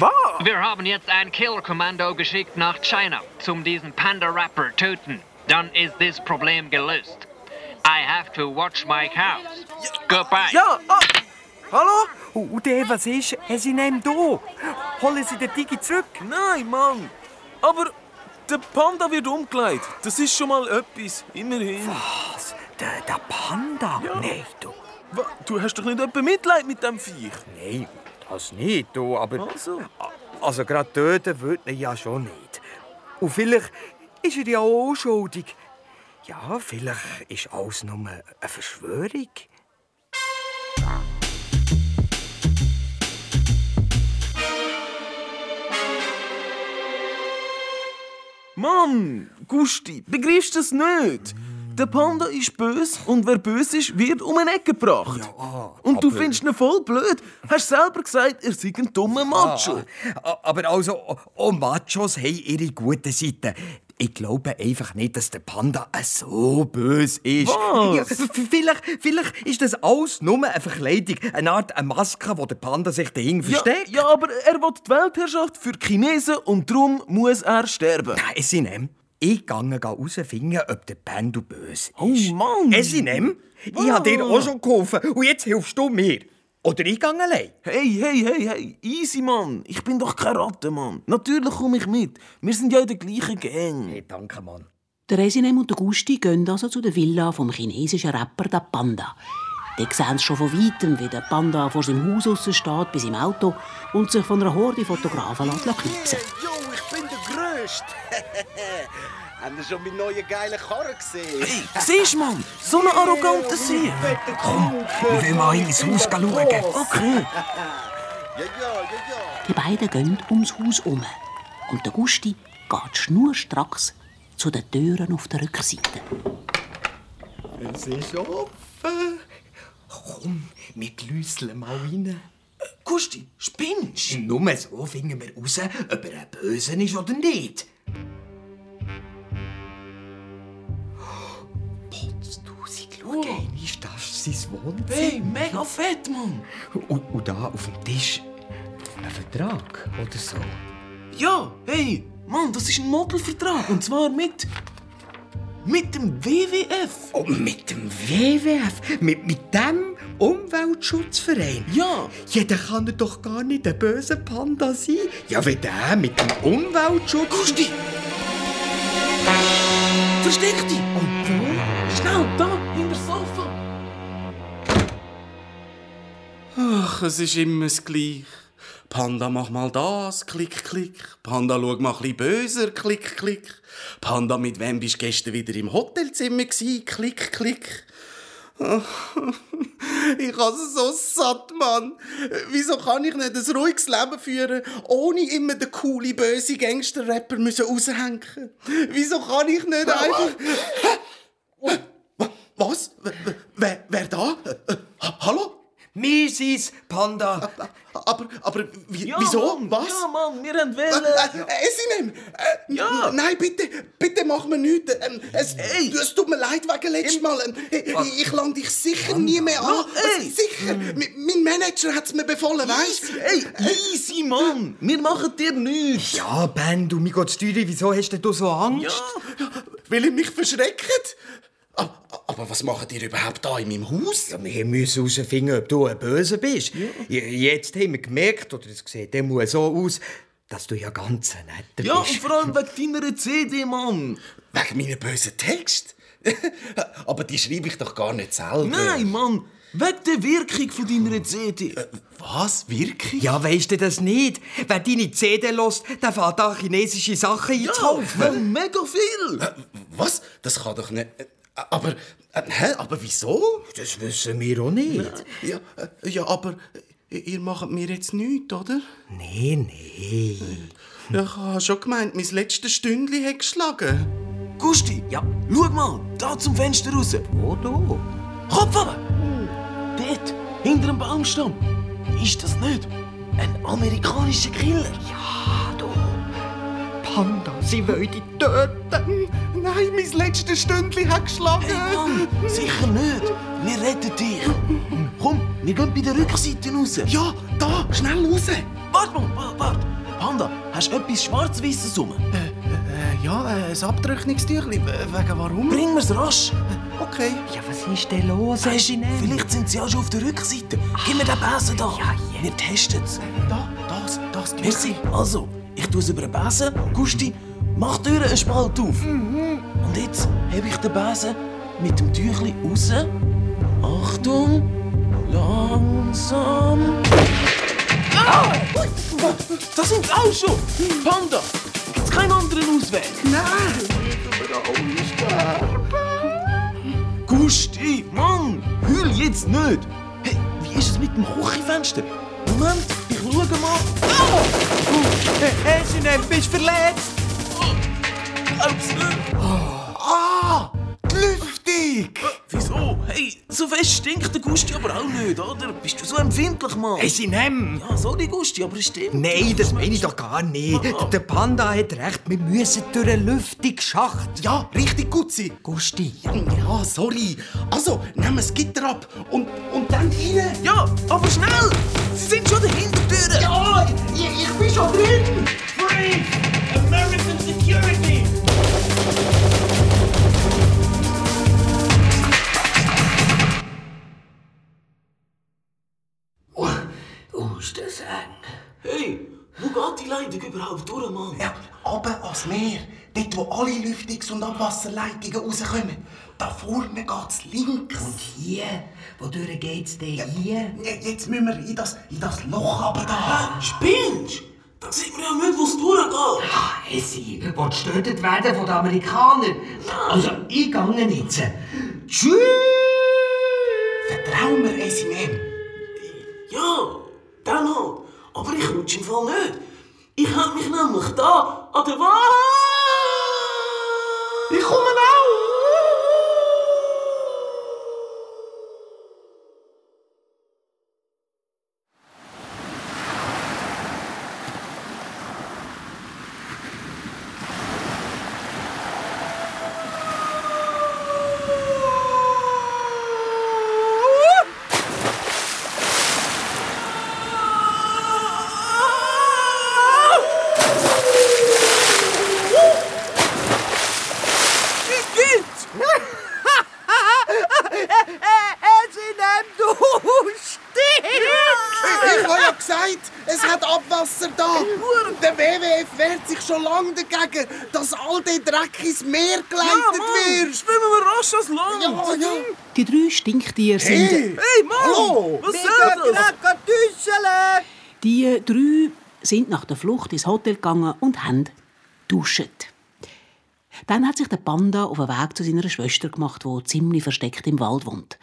S3: Was?
S13: Wir haben jetzt ein Killer-Kommando geschickt nach China, zum diesen Panda-Rapper töten. Dann ist this Problem gelöst. I have to watch my house. Goodbye.
S3: Ja, ah, hallo?
S18: Oh, der, was ist? Haben Sie ihn da? Holen Sie den Digi zurück?
S3: Nein, Mann! Aber der Panda wird umgelegt. Das ist schon mal etwas, immerhin. Was?
S18: Der, der Panda? Nein, du.
S3: Du hast doch nicht etwa Mitleid mit dem Viech?
S5: Nein, das nicht, du, aber...
S3: Also?
S5: Also gerade töten würde er ja schon nicht. Und vielleicht ist er ja auch unschuldig. Ja, vielleicht ist alles nur eine Verschwörung.
S3: Mann, Gusti, begreifst du das nicht? Der Panda ist böse und wer böse ist, wird um eine Ecke gebracht. und du
S5: aber-
S3: findest ihn voll blöd. Hast selber gesagt, er sei ein dummer Macho.
S14: Ah, aber also, auch Machos haben ihre guten Seiten. Ich glaube einfach nicht, dass der Panda so böse ist.
S3: Was?
S14: Ja, v- vielleicht, vielleicht ist das alles nur eine Verkleidung, eine Art eine Maske, wo der Panda sich dahin
S3: Ja,
S14: versteckt.
S3: ja, aber er will die Weltherrschaft für die Chinesen und darum muss er sterben.
S14: Nein, Sinem,
S5: Ich gehe herausfinden, ob der Pendu böse ist. Oh Mann! Esinem, ich habe dir
S3: Ah.
S5: auch schon geholfen und jetzt hilfst du mir. Oder ich gehe allein.
S3: Hey, hey, hey, hey, easy, Mann. Ich bin doch kein Ratte, Mann. Natürlich komme ich mit. Wir sind ja in der gleichen Gang. Hey,
S5: danke, Mann.
S8: Der Resinem und der Gusti gehen also zu der Villa vom chinesischen Rapper der Panda. Dort sehen sie schon von Weitem, wie der Panda vor seinem Haus aussen steht, bis im Auto und sich von einer Horde Fotografen lässt knipsen.
S19: Jo, ich bin der
S15: [LAUGHS]
S19: Größte. Haben ihr schon meinen neuen geilen Karren gesehen? Hey,
S3: Siehst du, Mann? So ein arroganter See.
S19: Komm,
S3: ich will mal in mein Haus schauen.
S15: Oh. [LAUGHS]
S19: Okay.
S8: Die beiden gehen ums Haus um. Und der Gusti geht schnurstracks zu den Türen auf der Rückseite.
S20: Es ist offen. Komm, wir glüsseln mal rein. Gusti, spinnst Nur so finden wir raus, ob er ein Böse ist oder nicht. Potztausend, schau oh.
S5: Ist das sein Wohnzimmer?
S3: Hey, mega fett, Mann.
S5: Und, und da auf dem Tisch ein Vertrag oder so.
S3: Ja, hey, Mann, das ist ein Modelvertrag. Und zwar mit. mit dem WWF.
S5: Oh, mit dem WWF? Mit, mit dem Umweltschutzverein? Ja. Ja, dann kann er doch gar nicht der böse Panda sein. Ja, wie der mit dem Umweltschutz... Gusti!
S3: Versteck dich! Und wo? Schnell, da, hinter Sofa.
S15: Ach, es ist immer das Gleiche. Panda, mach mal das, klick, klick. Panda, schau mal ein bisschen böser, klick, klick. Panda, mit wem bist du gestern wieder im Hotelzimmer gsi? Klick, klick. [LAUGHS] Ach, ich hasse so satt, Mann. Wieso kann ich nicht ein ruhiges Leben führen, ohne immer den coole, böse Gangster-Rapper müssen raushängen? Wieso kann ich nicht einfach... Hä? Was? Wer, wer da? Äh, ha- Hallo?
S5: Wir sind's, Panda.
S15: Aber, aber, wie, wieso?
S3: Mann,
S15: Was?
S3: Ja, Mann, wir haben
S15: Äh,
S3: Welle.
S15: äh, äh, Esinem! Äh,
S3: Ja.
S15: n- Nein, bitte, bitte mach mir nichts. Ähm, es, es tut mir leid wegen letztes Mal. Ähm, ich, ich lang dich sicher nie mehr an.
S3: Ey.
S15: Sicher! Mi- Mein Manager hat es mir befohlen, weißt du?
S3: Hey, easy, Mann. Wir machen dir nichts.
S5: Ja, Ben, du, mein Gott, Steueri, wieso hast denn du so Angst?
S15: Weil ihr mich verschreckt? Aber was macht ihr überhaupt da in meinem Haus?
S5: Ja, wir müssen herausfinden, ob du ein Böse bist. Ja. Jetzt haben wir gemerkt, oder es sieht immer so aus, dass du ja ganz ein netter
S3: Ja, und
S5: bist.
S3: vor allem wegen deiner CD, Mann.
S15: Wegen meiner bösen Text?
S5: Mm.
S15: [LAUGHS] aber die schreibe ich doch gar nicht selber.
S3: Nein, Mann. Wegen der Wirkung von deiner CD.
S15: Äh, Was? Wirklich?
S5: Ja, weisst du das nicht? Wer deine CD lässt, der fährt da chinesische Sachen einzukaufen.
S3: mega viel!
S15: Äh, Was? Das kann doch nicht. äh, Aber. äh, Hä? Aber wieso? dus,
S5: Das
S15: eh,
S5: wissen wir auch nicht.
S15: Ja, äh, ja aber äh, ihr macht mir jetzt nichts, oder? Eh,
S5: Nee, nee.
S15: Ja, Ich habe schon gemeint, mein letztes Stündchen hat geschlagen.
S3: Gusti, ja. schau mal, da zum Fenster raus.
S5: Wo du?
S3: Kopf runter! Dort, hinter dem Baumstamm. Ist das nicht ein amerikanischer Killer?
S5: Panda, sie wollen dich töten.
S15: Nein, mein letztes Stündchen hat geschlagen.
S3: Hey Mann, sicher nicht. Wir retten dich. Komm, wir gehen bei der Rückseite raus.
S15: Ja, da, schnell raus.
S3: Warte mal, wa- warte. Panda, hast du etwas Schwarz-Weißes rum?
S15: Äh, ja, äh, ein Abtrocknungstüchli. Wegen warum?
S3: Bring mir's rasch.
S15: Okay.
S3: Ja, was ist denn los, Regine? Vielleicht sind sie ja schon auf der Rückseite. Gib mir den Besen da. Wir testen es.
S15: Da, das, das.
S3: Merci. Also, ich tue es über den Besen. Gusti, mach die Türe einen Spalt auf. Und jetzt heb ich den Besen mit dem Tüchli raus. Achtung, langsam. Ah! Das sind auch schon! Panda! Gibt's keinen anderen Ausweg? Nein! Gusti, Mann! Hüll jetzt nicht! Hey, wie ist es mit dem Küchenfenster? Moment, ich schau mal. Ah!
S21: Esinem, bist verletzt?
S3: Oh, Absolut! Ah! Die Lüftung! Wieso? Hey, so fest stinkt der Gusti aber auch nicht, oder? Bist du so empfindlich, Mann?
S5: Es in ihm.
S3: Ja, sorry, Ah, Gusti, aber es stimmt.
S5: Nein, das meine ich doch gar nicht.
S3: Ah,
S5: Der Panda hat recht, wir müssen durch einen Lüftungsschacht.
S15: Ja, richtig gut sein.
S5: Gusti.
S15: Ja, sorry. Also, nehmen wir das Gitter ab und, und dann rein.
S3: Ja, aber schnell! Sie sind schon dahinter Türen!
S15: Ja,
S22: Ich bin schon drin! Freeze! American Security!
S23: ist das eng. Hey, wo geht die Leitung überhaupt durch, Mann?
S24: Ja, runter ans Meer. Dort, wo alle Lüftungs- und Abwasserleitungen rauskommen. Da vorne geht's links. Und hier? Wodurch geht's denn hier? Ah. Jetzt müssen wir in das, in das Loch runter da. Spinnst? Da sieht man ja nicht, wo es durchgeht.
S5: Ah, Essi, wo die getötet werden von den Amerikanern. Also, ich gehe jetzt. Tschüss!
S24: Vertrau mir, Esinem.
S23: Ja, dann halt. Aber ich rutsche im Fall nicht. Ich habe mich nämlich da an der Wahl. Ich komme auch.
S7: Wie [LAUGHS] geht's? es in einem Du stirbst!
S24: Ich habe ja gesagt, es hat Abwasser da. Der WWF wehrt sich schon lange dagegen, dass all der Dreck ins Meer geleitet wird. Schwimmen wir rasch ans Land. Ja, ja.
S8: Die drei Stinktiere sind...
S7: das?
S8: Die drei sind nach der Flucht ins Hotel gegangen und haben duschet. Dann hat sich der Panda auf den Weg zu seiner Schwester gemacht, die ziemlich versteckt im Wald wohnt.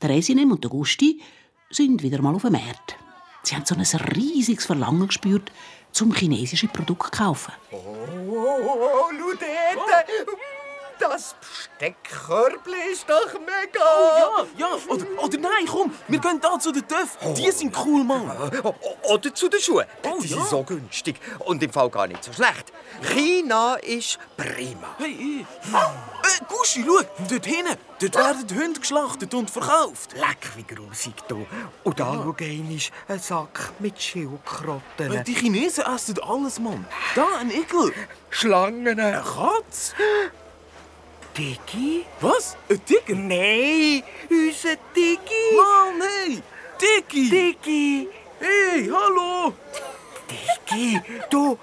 S8: Der Resinem und der Gusti sind wieder mal auf dem Markt. Sie haben so ein riesiges Verlangen gespürt, zum chinesische Produkt zu kaufen.
S25: Oh, schau dort! Das Besteckkörbli ist doch mega!
S3: Oh, ja, ja. Oder, oder nein, komm, wir gehen da zu den Töff. Die sind cool, Mann.
S5: Oder zu den Schuhen.
S3: Oh,
S5: Die
S3: ja.
S5: sind so günstig und im Fall gar nicht so schlecht. China ist prima.
S3: Hey,
S24: Hm.
S3: ich. Äh, Guschi, schau, dort hinten. Dort werden die Hunde geschlachtet und verkauft.
S5: Leck, wie grusig du.
S3: Und
S5: da
S3: ja.
S5: schau einmal, ein Sack mit Schildkröten.
S3: Äh, Die Chinesen essen alles, Mann. Da ein Igel.
S5: Schlangen.
S3: Eine Katze.
S5: Digi?
S3: Was? Ein Tiger?
S5: Nein, unser Digi.
S3: Mann, hey. Digi.
S5: Digi.
S3: Hey, hallo.
S5: Digi, du,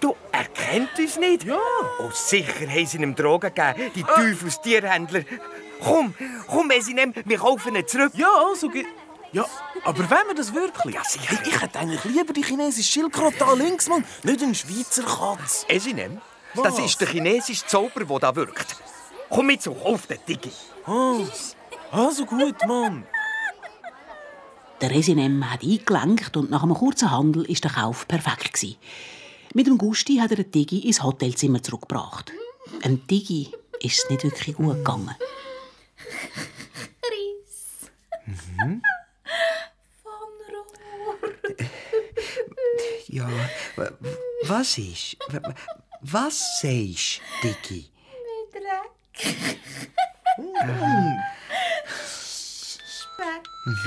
S5: du erkennt uns nicht? Ja. Oh, sicher haben sie ihm Drogen gegeben, die
S3: Ah.
S5: Teufels-Tierhändler. Komm, komm, Esinem, wir kaufen ihn zurück.
S3: Ja, also... Ja, aber wenn wir das wirklich... Ja, sicher. Ich hätte eigentlich lieber die chinesische Schildkröte da links, Mann. Nicht einen Schweizer Katz.
S5: Esinem, Äh, das ist der chinesische Zauber, der da wirkt. Komm mit so, auf den Digi.
S3: Oh, also gut, Mann.
S8: Der Resinem hat eingelenkt und nach einem kurzen Handel ist der Kauf perfekt. Gewesen. Mit dem Gusti hat er den Digi ins Hotelzimmer zurückgebracht. Dem Digi ist es nicht wirklich gut gegangen.
S3: Hm?
S5: Mhm. Ja, wa- was ist? Wa- wa- Was sagst du, Digi?
S3: Ähm.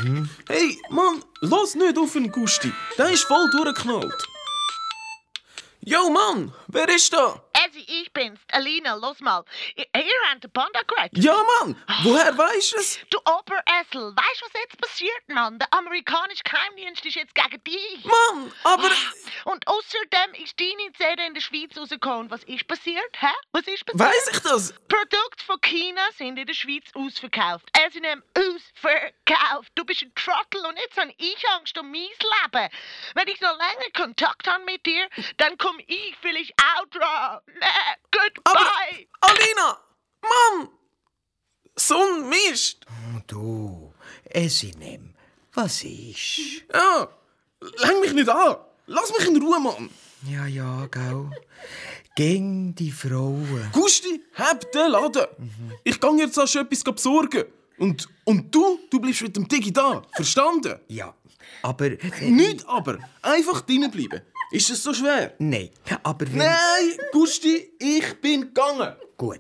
S3: Mhm. Hey, Mann, los nicht auf den Gusti. Der ist voll durchgeknallt. Yo, Mann, wer ist da?
S9: Also, ich bin's, Alina, los mal. I- Ihr habt den Panda gerettet.
S3: Ja, Mann, woher weißt du es?
S9: Du Oberessel, weißt du, was jetzt passiert, Mann? Der amerikanische Geheimdienst ist jetzt gegen dich.
S3: Mann, aber.
S9: Und außerdem ist deine CD in der Schweiz rausgekommen. Und Was ist passiert? Hä? Was ist passiert?
S3: Weiss ich das?
S9: Produkte von China sind in der Schweiz ausverkauft. Es sind eben ausverkauft. Du bist ein Trottel und jetzt habe ich Angst um mein Leben. Wenn ich noch länger Kontakt habe mit dir, dann komme ich vielleicht auch dran. Nee, goodbye.
S3: Alina! Mann! So ein Mist!
S5: Du, Esinem, was ist?
S3: Ja, läng mich nicht an. Lass mich in Ruhe, Mann.
S5: Ja, ja, gell. Gegen die Frauen.
S3: Gusti, hab den Laden. Ich gehe jetzt erst etwas besorgen. Und, und du, du bleibst mit dem Digi da. Verstanden?
S5: Ja, aber...
S3: Nicht aber. Einfach drinbleiben. Ist es so schwer?
S5: Nein, aber wenn...
S3: Nein, Gusti, ich bin gegangen.
S5: Gut.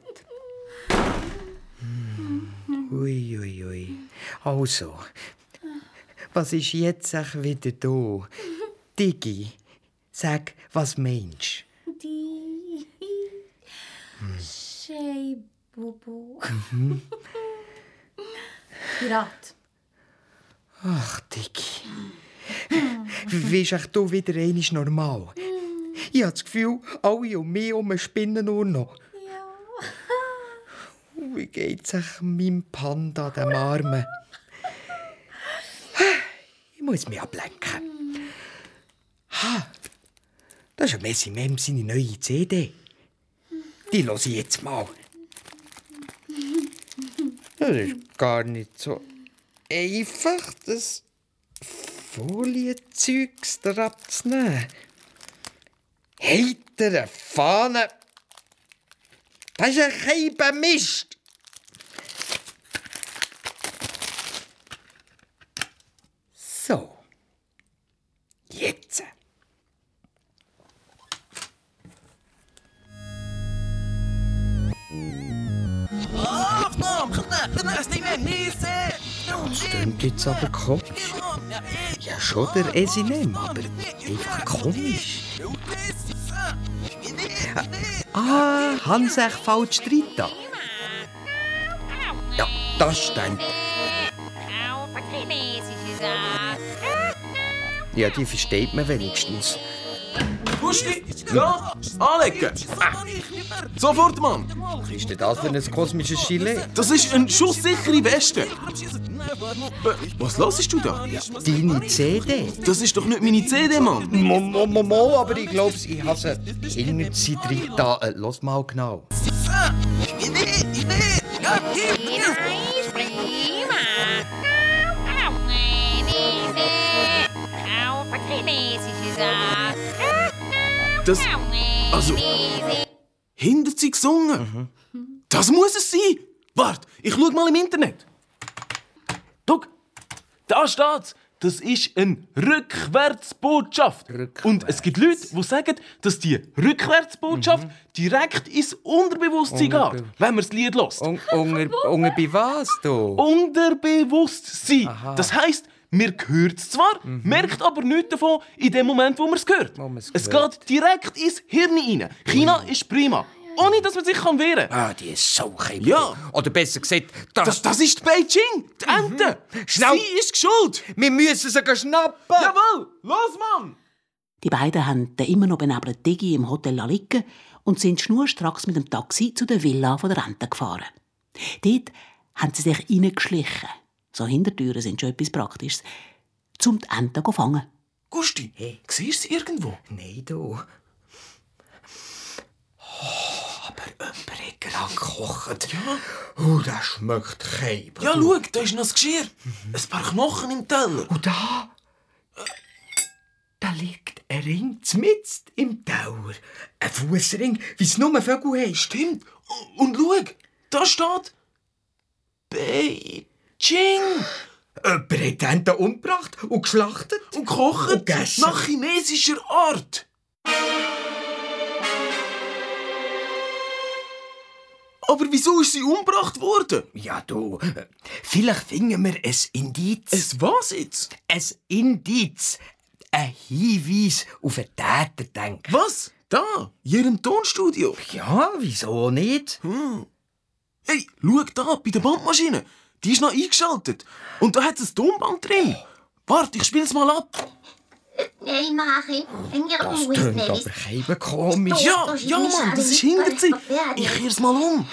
S5: Hm. Ui, ui, ui. Also, was ist jetzt auch wieder da? Digi, sag, was meinst
S6: Die. Hm. Shei Bubu.
S5: du?
S6: Pirat.
S5: Ach, Digi. wirst auch du wieder einmal normal. Ich habe das Gefühl, alle um mich herum spinnen nur noch. Ja. Wie geht's euch meinem Panda, dem Armen? Ich muss mich ablenken. Ha, das ist Messi Mem seine neue CD. Die höre ich jetzt mal. Das ist gar nicht so einfach, das Folienzeugs da abzunehmen. Heitere Fahne! Das ist ein Keiber Mist! So. Jetzt.
S3: Aufnahme! Das ist nicht mehr Niese!
S5: Stimmt jetzt aber komisch. Ja, schon der Esinem, aber einfach komisch. Ah, Hans Ech fällt Streit an. Ja, das stimmt.
S16: Auf ein chinesisches Ass.
S14: Ja, die versteht man wenigstens.
S3: Gusti, ja, anlegen! Ah, Sofort, Mann!
S14: Was ist denn das für ein kosmisches Gilet?
S3: Das ist eine schusssichere Weste! Äh, Was hörst du da?
S14: Deine CD?
S3: Das ist doch nicht meine CD, Mann!
S14: Mo, aber ich glaub's, ich hasse hinter sie drin da. Äh, Los mal genau.
S16: Auf ein chinesisches Ass.
S3: Das. Also. Hinter sie gesungen! Das muss es sein! Warte, ich schau mal im Internet! Guck! Da steht's! Das ist eine Rückwärtsbotschaft. Und es gibt Leute, die sagen, dass die Rückwärtsbotschaft direkt ins Unterbewusstsein
S14: Unterbe-
S3: geht, wenn man das Lied hört.
S14: Unter, unter Äh, bei was, du?
S3: Unterbewusstsein. Das heisst, wir hören es zwar,
S14: Mhm.
S3: merkt aber nichts davon in dem Moment, wo man es hört. Es geht direkt ins Hirn rein. China ist prima. Ohne, dass man sich kann wehren kann.
S14: Mhm. Ah, die ist so geil.
S3: Ja.
S14: Oder besser gesagt, Mhm.
S3: das... Das, ist die Beijing, die Ente. Schnell. Sie ist schuld.
S5: Wir müssen sie schnappen.
S3: Jawohl, los, Mann.
S8: Die beiden haben den immer noch benebelten Digi im Hotel la liegen und sind schnurstracks mit dem Taxi zu der Villa von der Rente gefahren. Dort haben sie sich reingeschlichen. So Hintertüren sind schon etwas Praktisches. Zum die Ente zu fangen.
S3: Gusti, hey. siehst du sie irgendwo?
S5: Nein, du. Oh, aber jemand hat gerade gekocht. Ja. Oh, das schmeckt keib.
S3: Ja, schau, da ist noch das Geschirr. Ein paar Knochen im Teller.
S5: Mhm. Und da? Da liegt ein Ring zmitzt im Tower. Ein Fußring, wie es nur Vögel haben.
S3: Stimmt. Und schau, da steht. Beijing.
S5: Jemand hat die Enten umgebracht und geschlachtet.
S3: Und gekocht.
S5: Und gegessen.
S3: Nach chinesischer Art. Aber wieso ist sie umgebracht worden?
S5: Ja, du. äh, Vielleicht finden wir ein Indiz.
S3: Es was jetzt?
S5: Ein Indiz. Ein Hinweis auf einen Täter, denke
S3: Was? Da? Hier im Tonstudio?
S5: Ja, wieso nicht?
S3: Hm. Hey, schau da, bei der Bandmaschine. Die ist noch eingeschaltet. Und da hat es ein Tonband drin. Warte, ich spiel's mal ab.
S2: Nein, Mari, wenn ihr
S5: Das
S2: ruhig
S5: tönt
S2: nicht.
S5: aber keinem komisch.
S3: Ja, ja, Mann, das ist hinter sie. Ich hör's mal um.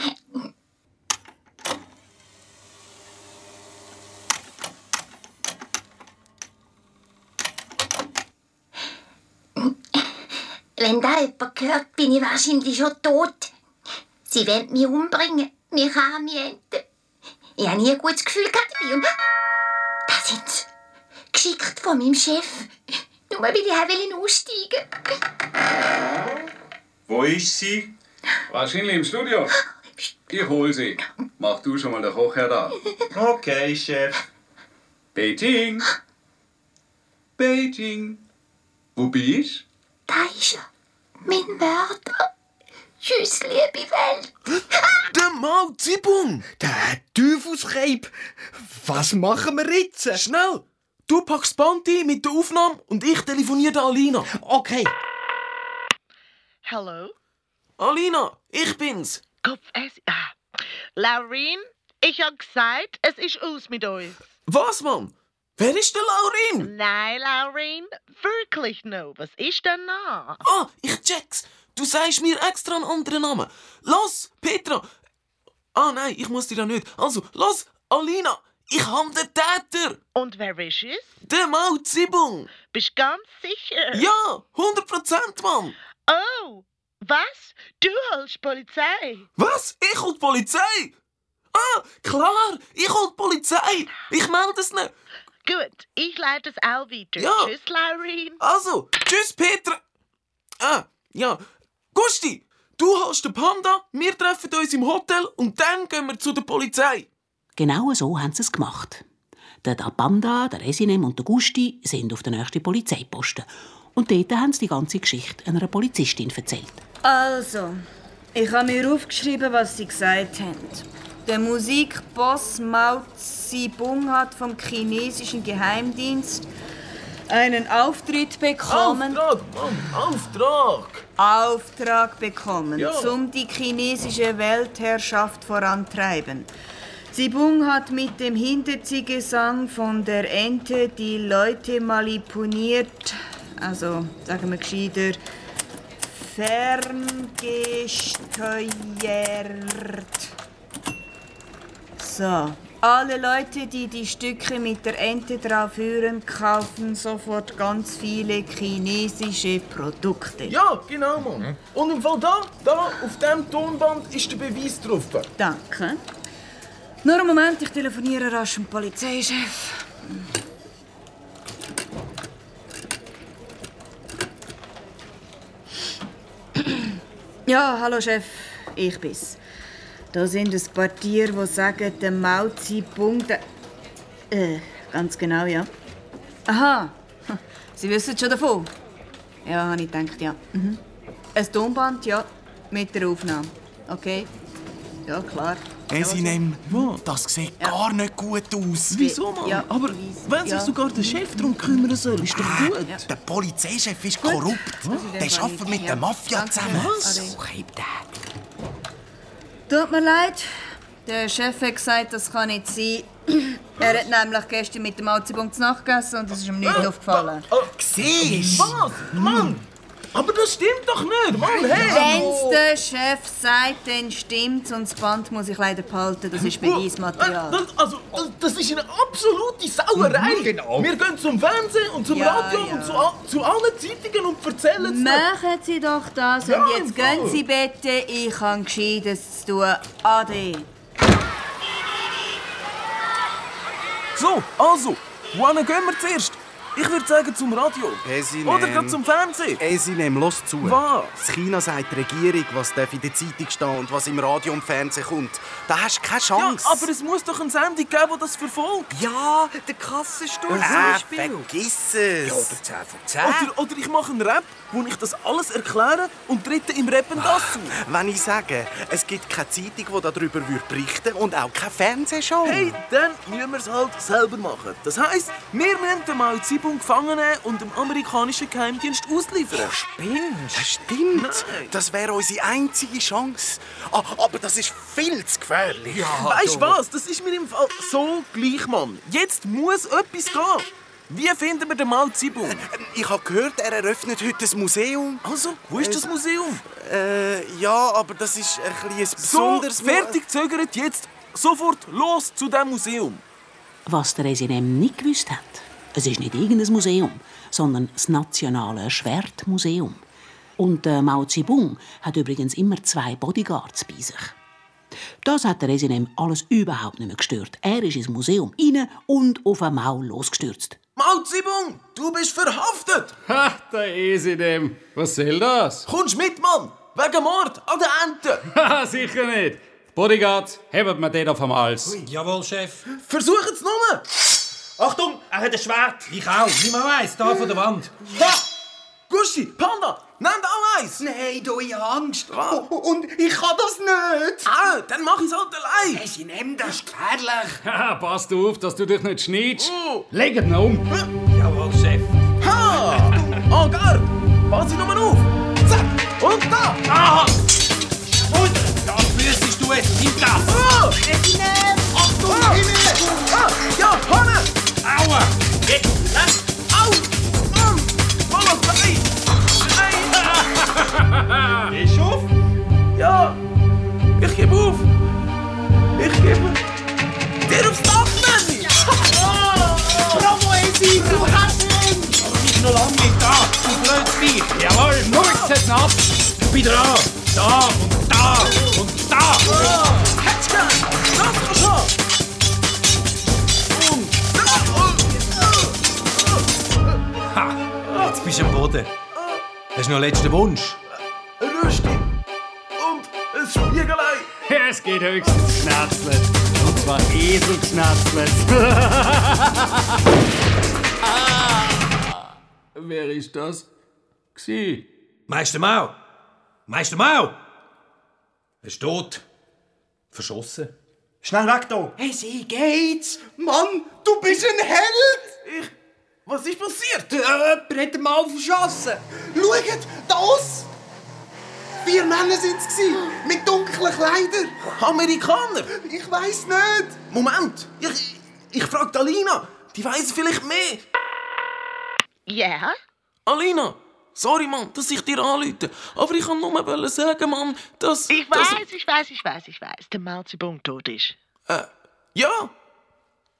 S2: Wenn da jemand hört, bin ich wahrscheinlich schon tot. Sie wollen mich umbringen. Mich haben mich enden. Ich habe nie ein gutes Gefühl gehabt dabei. Und da sind sie. Geschickt von meinem Chef. Nur weil ich auch aussteigen wollte.
S1: Wo ist sie? Wahrscheinlich im Studio. Ich hol sie. Mach du schon mal den Kocher da. Okay, Chef. Beijing. Beijing. Wo bist
S2: Da ist er. Mein Mörder. Tschüss, liebe Welt.
S3: [GASPS] Der Mao Zibung.
S5: Der Teufelskeib. Was machen wir jetzt?
S3: Schnell. Du packst das Band ein mit der Aufnahme und ich telefoniere da Alina.
S5: Okay.
S9: Hallo?
S3: Alina, ich bin's.
S9: Kopf es. Ah. Laurin, ich hab gesagt, es ist aus mit euch.
S3: Was, Mann? Wer ist der Laurin?
S9: Nein, Laurin, wirklich no. Was ist denn noch?
S3: Ah, ich check's. Du sagst mir extra einen anderen Namen. Los, Petra. Ah nein, ich muss dir ja nicht. Also, los, Alina. Ich hab den Täter.
S9: Und wer ist es?
S3: Der Maut Oh, Zibung.
S9: Bist ganz sicher?
S3: Ja, 100% Mann.
S9: Oh, was? Du holst Polizei?
S3: Was? Ich hol die Polizei? Ah, klar, ich hol die Polizei. Ich melde es nicht.
S9: Gut, ich leite es auch weiter.
S3: Ja.
S9: Tschüss, Laurin.
S3: Also, tschüss, Petra. Ah, ja. Gusti, du holst den Panda, wir treffen uns im Hotel und dann gehen wir zu der Polizei.
S8: Genau so haben sie es gemacht. Der Da Panda, der Resinem und der Gusti sind auf den nächsten Polizeiposten. Und dort haben sie die ganze Geschichte einer Polizistin erzählt.
S26: Also, ich habe mir aufgeschrieben, was sie gesagt haben. Der Musikboss Mao Zedong hat vom chinesischen Geheimdienst einen Auftritt bekommen. Auftrag, Auftrag! Auftrag bekommen,
S3: Ja.
S26: um die chinesische Weltherrschaft vorantreiben. Zibung hat mit dem Hinterziehgesang von der Ente die Leute manipuliert, also sagen wir gescheiter, ferngesteuert. So, alle Leute, die die Stücke mit der Ente drauf hören, kaufen sofort ganz viele chinesische Produkte.
S3: Ja, genau, Mann. Und im Fall da, da, auf dem Tonband ist der Beweis drauf.
S26: Danke. Nur einen Moment, ich telefoniere rasch mit dem Polizeichef. Ja, hallo Chef, ich bin's. Da sind ein paar Tiere, die sagen, der Mao Zedong... der- Äh, ganz genau, ja. Aha, Hm. Sie wissen schon davon? Ja, habe ich gedacht, ja. Mhm. Ein Tonband, ja, mit der Aufnahme. Okay? Ja, klar.
S3: Esinem, das sieht gar nicht gut aus.
S26: Wieso, Mann? Ja.
S3: Aber wenn sich
S26: Ja.
S3: sogar der Chef darum kümmern soll, ist doch gut.
S27: Ah, Der Polizeichef ist korrupt. Der arbeitet mit der Mafia zusammen.
S26: Was? Tut mir leid. Der Chef hat gesagt, das kann nicht sein. [CLEARS THROAT] er hat nämlich gestern mit dem Alzibung zu Nacht gegessen und es ist ihm nicht
S27: Äh,
S3: Ah.
S26: aufgefallen.
S3: Siehst Was? Mann! Aber das stimmt doch nicht, Mann! Hey!
S26: Wenn's der Chef sagt, dann stimmt's und das Band muss ich leider behalten. Das ist Beweismaterial.
S3: Das, also, das, das ist eine absolute Sauerei!
S26: Mhm,
S3: genau. Wir gehen zum Fernsehen und zum
S26: Ja,
S3: Radio
S26: ja.
S3: und zu, a- zu allen Zeitungen und erzählen es
S26: Machen Sie doch das
S3: Ja,
S26: und
S3: im
S26: jetzt
S3: Fall.
S26: gehen Sie bitte. Ich habe Gescheites zu tun. Ade.
S3: So, also, wohin gehen wir zuerst? Ich würde sagen zum Radio.
S15: Esinem.
S3: Oder gerade zum Fernsehen.
S15: Esinem, los zu.
S3: Was?
S15: In China sagt die Regierung, was darf in der Zeitung stehen und was im Radio und Fernsehen kommt. Da hast du keine Chance.
S3: Ja, aber es muss doch eine Sendung geben, die das verfolgt. Ja, der Kassensturz
S15: Ah, vergiss es.
S3: von 10. Oder, oder ich mache einen Rap, wo ich das alles erkläre und dritte im Rappen das zu.
S15: Ah, Wenn ich sage, es gibt keine Zeitung, die darüber berichten würde und auch keine Fernsehshow.
S3: Hey, dann müssen wir es halt selber machen. Das heisst, wir müssen den Mao Zedong gefangen nehmen und dem amerikanischen Geheimdienst ausliefern.
S15: Spinnst? Das stimmt. Das wäre unsere einzige Chance. Ah, aber das ist viel zu gefährlich.
S3: weißt du was? Das ist mir im Fall so gleich, Mann. Jetzt muss etwas gehen. Wie finden wir den Mao Zedong?
S15: Äh, Ich habe gehört, er eröffnet heute ein Museum.
S3: Also, wo ist das Museum?
S15: Äh, ja, aber das ist ein, bisschen ein
S3: So,
S15: besonderes...
S3: fertig, zögert jetzt. Sofort los zu dem Museum.
S8: Was der Resinem nicht gewusst hat, es ist nicht irgendein Museum, sondern das Nationale Schwertmuseum. Und der Mao Zedong hat übrigens immer zwei Bodyguards bei sich. Das hat der Resinem alles überhaupt nicht mehr gestört. Er ist ins Museum rein und auf den Mao losgestürzt.
S3: Mao Zedong, du bist verhaftet!
S10: Ha, der Esidem. Was soll das?
S3: Kommst mit, Mann! Wegen Mord an der Ente!
S10: [LAUGHS] Ha, sicher nicht. Bodyguards, hebt mir den vom Hals.
S4: Jawohl, Chef.
S3: Versuch es nur!
S4: Achtung, er hat ein Schwert. Ich auch. Nimm mal eins, da von der Wand.
S3: Ha! Gusti, Panda, nimm auch eins!
S4: Nein, du, ich habe Angst.
S3: Oh, Und ich kann das nicht! Ah, dann mach ich's halt allein!
S27: Ich nehme das gefährlich.
S10: Ha, passt auf, dass du dich nicht schneidest.
S3: Oh.
S10: Leg ihn um.
S4: Jawohl, Chef.
S3: Ha! En garde! Pass dich nochmal auf! Zack! Und da! Aha! Und da müsstest du es hinlassen! Ah! Achtung, Himmel! Ah! Ja, Hanne! Aua!
S12: ab! Wieder an! Da und da und da!
S3: Ah. Hetzke! Das kann schon!
S12: Ha! Jetzt bist du am Boden. Hast du noch einen letzten Wunsch?
S3: Rüsti! Und ein Spiegelei!
S10: Es geht höchstens geschnetzelt. Und zwar [LAUGHS] Eselgeschnetzelt.
S12: Ah, Wer ist das? Gsi. Meister Mau! Meister Mau! Er ist tot. Verschossen. Schnell weg da!
S28: Es geht's! Mann, du bist ein Held!
S3: Ich. Was ist passiert? Äh,
S28: Jemand hat mal verschossen.
S29: Schaut, das! Vier Männer sind es mit dunklen Kleidern.
S3: Amerikaner?
S29: Ich weiß nicht.
S3: Moment! Ich, ich frage Alina! Die weiß vielleicht mehr!
S9: Ja?
S3: Alina! Sorry, Mann, dass ich dir anrufe. Aber ich kann nur sagen, Mann, dass.
S9: Ich weiß, ich weiß, ich weiß, ich weiß, der Mao Zedong tot ist.
S3: Äh, ja.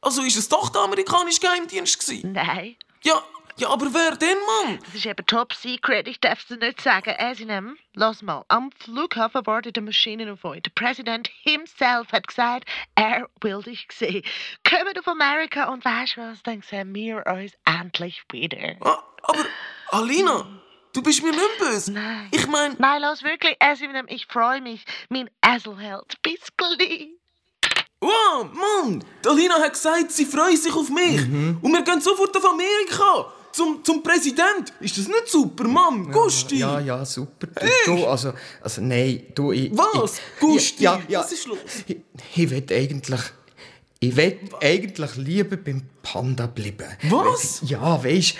S3: Also ist es doch der amerikanische Geheimdienst gewesen?
S9: Nein.
S3: Ja, ja, aber wer denn, Mann?
S9: Das ist eben top secret, ich darf es nicht sagen. Also, nehmen, lass mal, am Flughafen wartet eine Maschine auf euch. Der Präsident himself hat gesagt, er will dich sehen. Kommt auf Amerika und weißt du was, dann sehen wir uns endlich wieder.
S7: Oh.
S3: Alina, du bist mir nicht mehr böse.
S9: Nein.
S3: Ich meine...
S9: Nein, lass wirklich, Esinem, ich freue mich. Mein Eselheld, bis gleich.
S3: Wow, Mann! Die Alina hat gesagt, sie freut sich auf mich. Und wir gehen sofort auf Amerika. Zum, zum Präsident. Ist das nicht super, Mann? Gusti?
S5: Ja, Ah, ja, super. Du, du, also, also, nein, du, ich...
S3: Was?
S5: ich-
S3: Gusti?
S5: Ja, ja,
S3: Was ist los?
S5: Ich, ich will eigentlich... Ich will eigentlich lieber beim Panda bleiben.
S3: Was?
S5: Ja, weisst,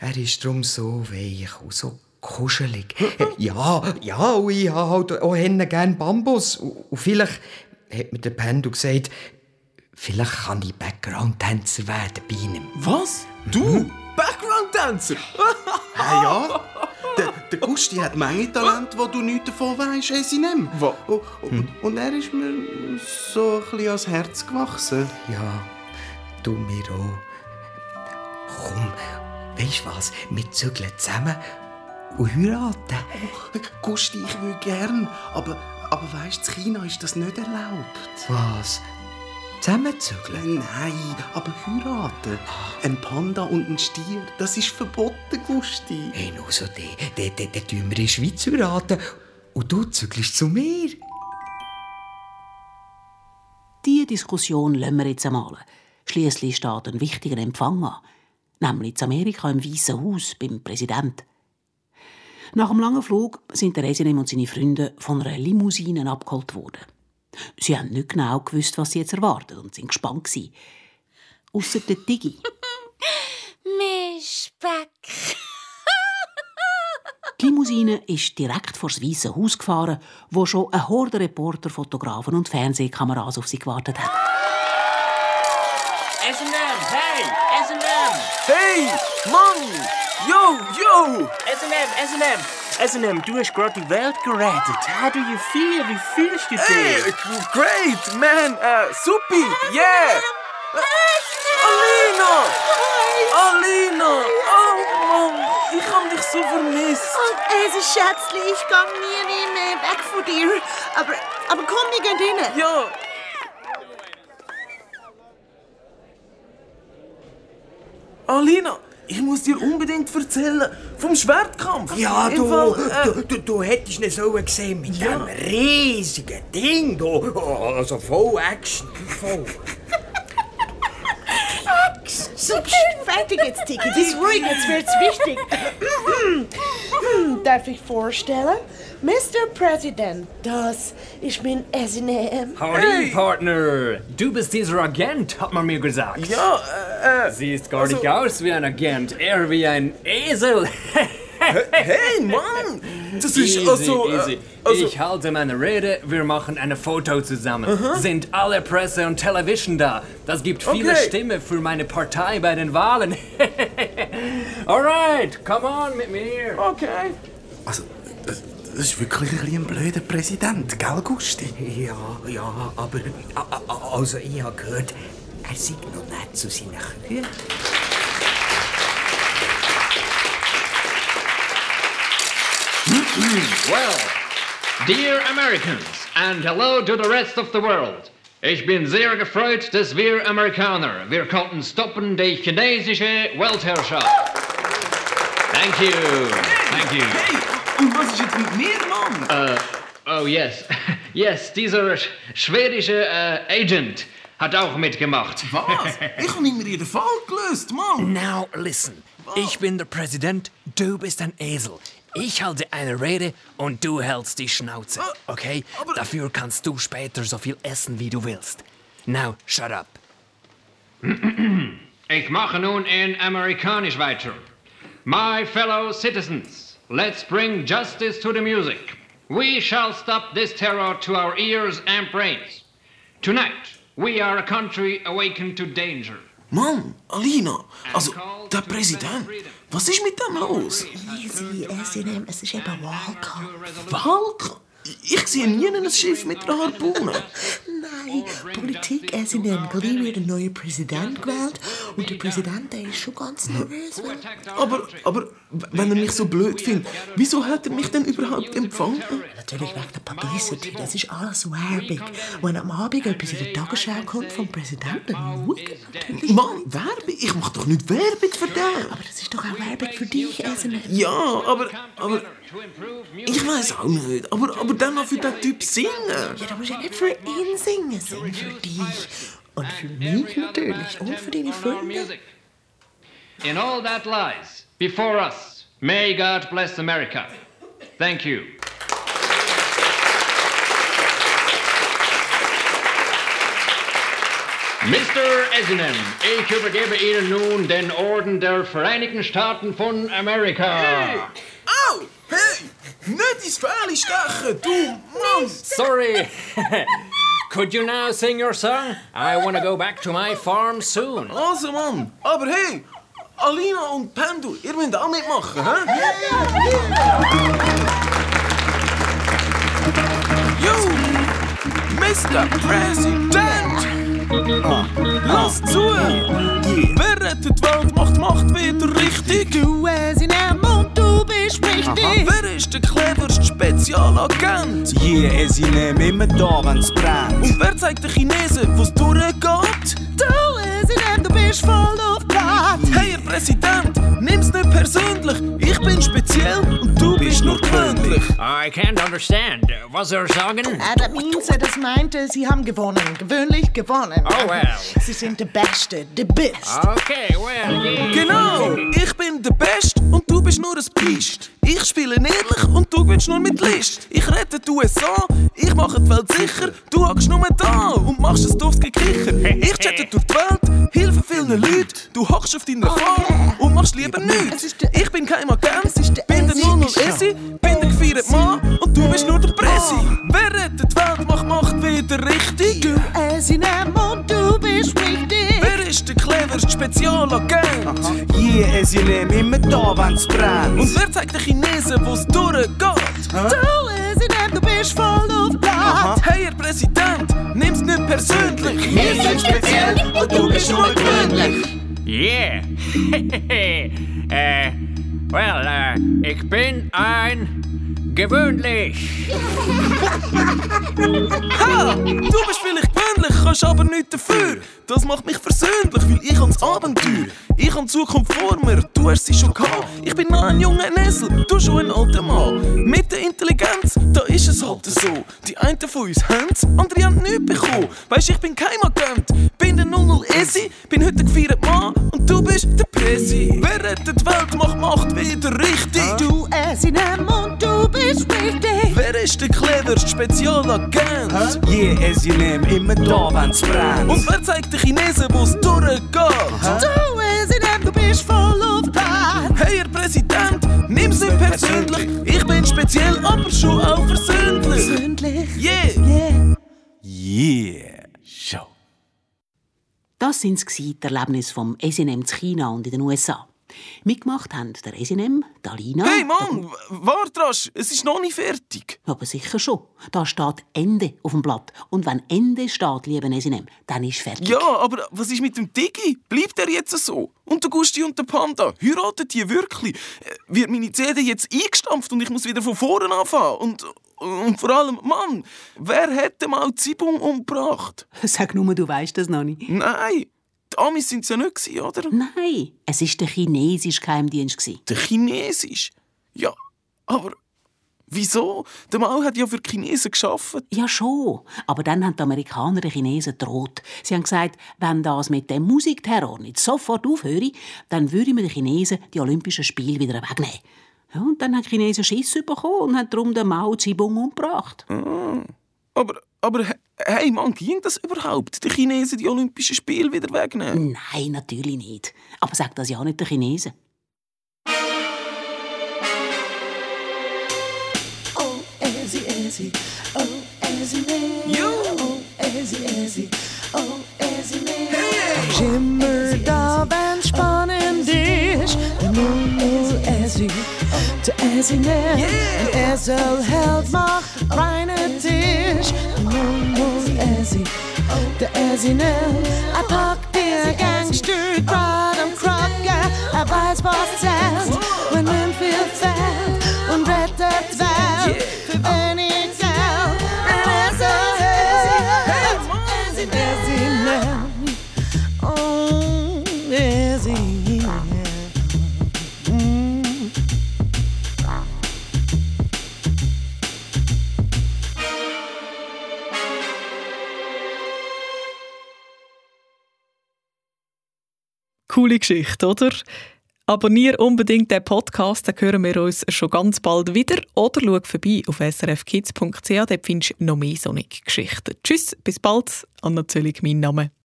S5: er ist drum so weich und so
S3: [LAUGHS]
S5: kuschelig. ja, ja, und ich habe halt auch hinten gerne Bambus. Und, und vielleicht hat mir der Panda gesagt, vielleicht kann ich Background-Tänzer werden bei ihm. Mhm.
S3: Was? Du? Background-Tänzer?
S15: Ah
S3: [LAUGHS]
S15: ja, der, der Gusti hat Menge Talent, wo du nichts davon weisst, hey, sie nehmen. Und, und,
S12: Hm.
S15: und er ist mir so ein bisschen ans Herz gewachsen.
S5: Ja, du mir auch. Komm, weißt du was? Wir zügeln zusammen und heiraten.
S15: Gusti, ich will gern, aber, aber weißt du, in China ist das nicht erlaubt.
S5: Was? Zusammenzügeln?
S15: Nein, aber heiraten. Ein Panda und ein Stier, das ist verboten, Gusti.
S5: Hey, nur so, den, den, den, den tun wir in der Schweiz heiraten und du zügelst zu mir.
S8: Die Diskussion lassen wir jetzt einmal. Schließlich steht ein wichtiger Empfang an, nämlich in Amerika im Weißen Haus beim Präsident. Nach dem langen Flug sind der Resinem und seine Freunde von einer Limousine abgeholt worden. Sie haben nicht genau gewusst, was sie jetzt erwartet und sind gespannt gewesen. Ausser der Digi.
S6: Mischbeck.
S8: Die Limousine ist direkt vor das Weiße Haus gefahren, wo schon ein Horde Reporter, Fotografen und Fernsehkameras auf sie gewartet hat.
S12: SM, hey! SM!
S3: Hey, Mann! Yo, yo!
S30: SNM, SNM! SNM, du hast gerade die Welt gerettet. How do you feel? Wie fühlst du dich?
S3: Hey, great, man! Äh, supi! Yeah! Alina! Alina! Oh Mann, ich hab dich so vermisst.
S7: Und es ist Schätzli, ich kann nie, nie mehr weg von dir. Aber, aber komm, wir gehen rein.
S3: Ja. Alina, ich muss dir unbedingt erzählen vom Schwertkampf.
S28: Ja, Ah,
S3: Im
S28: du,
S3: Fall, äh,
S28: du, du, du hättest ihn so gesehen mit dem riesigen Ding. Du. Oh, Also voll Action. Voll.
S7: So, pst, fertig jetzt, Tiki. Das ist ruhig, jetzt wird's wichtig. Hm, Darf ich vorstellen? Mr. President, das ist mein SNM.
S13: Howdy, Partner! Du bist dieser Agent, hat man mir gesagt.
S3: Ja, äh.
S13: Siehst gar nicht aus wie ein Agent, eher wie ein Esel.
S3: hey, Mann! Das ist
S13: easy,
S3: also, äh,
S13: Easy.
S3: also-
S13: ich halte meine Rede, wir machen ein Foto zusammen.
S3: Aha.
S13: Sind alle Presse und Television da? Das gibt viele Okay. Stimme für meine Partei bei den Wahlen. [LAUGHS] Alright, come on mit mir.
S3: Okay.
S15: Ah, Das ist wirklich ein, bisschen ein blöder Präsident, gell, Gusti?
S28: Ja, ja, aber. a- a- Also, ich habe gehört, er sei noch nett zu seinen Kühen.
S13: Well, dear Americans and hello to the rest of the world. Ich bin sehr gefreut, dass wir Amerikaner, wir konnten stoppen die chinesische Weltherrschaft. Thank you. Thank you.
S3: Und was ist jetzt mit mir, Mann?
S13: Äh, oh yes, [LAUGHS] yes, dieser sch- schwedische äh, Agent hat auch mitgemacht. [LAUGHS]
S3: Was? Ich habe immer jeden Fall gelöst, Mann.
S31: Now listen. Ich bin der Präsident, du bist ein Esel. Ich halte eine Rede und du hältst die Schnauze.
S13: Oh,
S31: Okay? Dafür kannst du später so viel essen, wie du willst. Now, shut up.
S13: Ich mache er nun in Amerikanisch weiter. My fellow citizens, let's bring justice to the music. We shall stop this terror to our ears and brains. Tonight, we are a country awakened to danger.
S3: Mann, Alina, also, der Präsident, was ist mit dem los?
S9: Easy, SNM, es ist eben Wahlkampf.
S3: Walk? Ich sehe nie ein Schiff mit einer Harpune.
S9: Nein, Politik, SNM, gleich wird ein neuer Präsident gewählt und der Präsident der ist schon ganz nervös. weil-
S3: Aber, aber, wenn er mich so blöd findet, wieso hat er mich denn überhaupt empfangen?
S9: Natürlich wegen der Publicity, das ist alles Werbung. Wenn am Abend etwas in der Tagesschau kommt vom Präsidenten, dann schau ich natürlich.
S3: Mann, Werbung? Ich mache doch nicht Werbung für den.
S9: Aber das ist doch auch Werbung für dich, SNM.
S3: Ja, aber, aber, ich weiß auch nicht, aber, aber dann noch für den Typ singen.
S9: Ja, du musst ja nicht für ihn singen, sing für dich. Und für mich natürlich. Und für deine Freunde.
S13: In all that lies before us, may God bless America. Thank you. Mr. Essenen, ich übergebe Ihnen nun den Orden der Vereinigten Staaten von Amerika.
S3: Au! Hey! Nicht ins Fell stechen, du Mann!
S32: Sorry. [LAUGHS] Could you now sing your song? I want to go back to my farm soon.
S3: Also, Mann, aber hey, Alina und Pendu, ihr müsst auch mitmachen, hä? Yo, Mr. President! Lass zu! Wer rettet die Welt, macht die Macht wieder richtig! Du es in und du bist
S15: wichtig.
S3: Wer ist der cleverste Spezialagent?
S15: Hier
S3: äh,
S15: ist sie nicht immer da, wenn's brennt.
S3: Und wer zeigt den Chinesen, wo's durchgeht? Du Präsident, du bist voll auf Draht. Hey, Herr Präsident, nimm's nicht persönlich. Ich bin speziell und du bist nur gewöhnlich.
S32: I can't understand. Was er
S13: Hm.
S32: sagen?
S33: Ah, that means, äh, das meinte, sie haben gewonnen. Gewöhnlich gewonnen.
S32: Oh, well.
S33: Sie sind der Beste, der Best.
S32: Okay, well, yeah.
S3: Genau, ich bin der Best und du bist nur ein Biest. Ich spiele ehrlich und du gewinnst nur mit List. Ich rette die USA, ich mache die Welt sicher. Du hockst nur da und machst ein doofes Gekicher. Ich
S32: [LAUGHS]
S3: chatte durch die Welt, hilfe vielen Leuten. Du hockst auf
S32: Oh,
S3: deiner Farm und machst lieber nichts. Ich bin kein Agent, bin der 00 Essi, bin der gefeierte Mann und du bist nur der Pressi. Wer rettet die Welt, macht Macht wieder richtig. Du Essi-Nem und du bist wichtig. Wer ist der cleverste Spezialagent?
S15: Hier ist sie nicht immer da, wenn's brennt.
S3: Und wer zeigt den Chinesen, wo's durchgeht? Du Esinem, du bist voll auf Blatt. Hey, Herr Präsident, nimm's nicht persönlich.
S15: Wir sind speziell
S3: und du bist nur gewöhnlich.
S32: Yeah. [LAUGHS] äh, well, äh, ich bin ein gewöhnlich.
S3: Ha! Du bist vielleicht gewöhnlich, kannst aber nichts dafür. Das macht mich versöhnlich, weil ich ans Abenteuer. Ich habe Zukunft vor mir, du hast sie schon gehabt. Ich bin noch ein junger Esel, du schon ein alter Mann. Mit der Intelligenz, da ist es halt so. Die einen von uns haben's, andere haben nichts bekommen. Weisst, ich bin kein Agent, bin der 00 Easy, bin heute gefeiert Mann und du bist der Presi. Wer rettet die Welt, macht Macht wieder richtig. Du Esinem und du bist wichtig. Wer ist der cleverste Spezialagent?
S15: Hier ist sie nicht immer da, wenn's brennt.
S3: Und wer zeigt den Chinesen, wo's durchgeht? Du Präsident, du bist voll auf Draht. Hey, Herr Präsident, nimm's nicht persönlich. Ich bin speziell, aber schon auch versöhnlich. Yeah.
S8: Yeah, show.
S13: Show.
S8: Das sind gsi die Erlebnisse vom SNM in China und in den USA. Mitgemacht haben der Esinem, Dalina.
S3: Hey Mann, w- warte rasch, es ist noch nicht fertig.
S8: Aber sicher schon. Da steht Ende auf dem Blatt. Und wenn Ende steht, lieber Esinem, dann ist fertig.
S3: Ja, aber was ist mit dem Digi? Bleibt er jetzt so? Und der Gusti und der Panda, heiraten die wirklich? Äh, Wird meine CD jetzt eingestampft und ich muss wieder von vorne anfangen? Und, und vor allem, Mann, wer hätte mal Zibung umgebracht?
S8: Sag nur, du weißt das noch nicht.
S3: Nein, die Amis sind es ja nicht, gewesen, oder?
S8: Nein, es war der chinesische Geheimdienst. gewesen.
S3: Der Chinesisch? Ja, aber wieso? Der Mal hat ja für die Chinesen geschafft.
S8: Ja, schon. Aber dann haben die Amerikaner den Chinesen droht. Sie haben gesagt, wenn das mit dem Musikterror nicht sofort aufhöre, dann würden wir den Chinesen die Olympischen Spiele wieder wegnehmen. Ja, und dann haben die Chinesen Schiss bekommen und haben darum den Mao Zedong umgebracht.
S3: Ah, Aber, aber he- hey Mann, ging das überhaupt? Die Chinesen die Olympischen Spiele wieder wegnehmen?
S8: Nein, natürlich nicht. Aber sag das ja nicht den Chinesen.
S7: Ezzy, Ezzy, oh, Ezzy Man. Oh, Ezzy, Ezzy, oh, Ezzy Man. Schimmer da, wenn spannend ist, der Mummel Ezzy, der Ezzy Man. Der Esselheld macht reinen Tisch, der Mummel Ezzy, der Ezzy Man. Er packt dir Gangster grad am Crocker, er weiß, was zählt, wenn man viel fällt und rettet Welt für wenig Geld. Und er ist so hell, er ist in Oh, er ist in Mm.
S1: Coole Geschichte, oder? Abonnier unbedingt den Podcast, dann hören wir uns schon ganz bald wieder. Oder schau vorbei auf srfkids.ch, dort findest du noch mehr solche Geschichten. Tschüss, bis bald. Anna Zöllig, mein Name.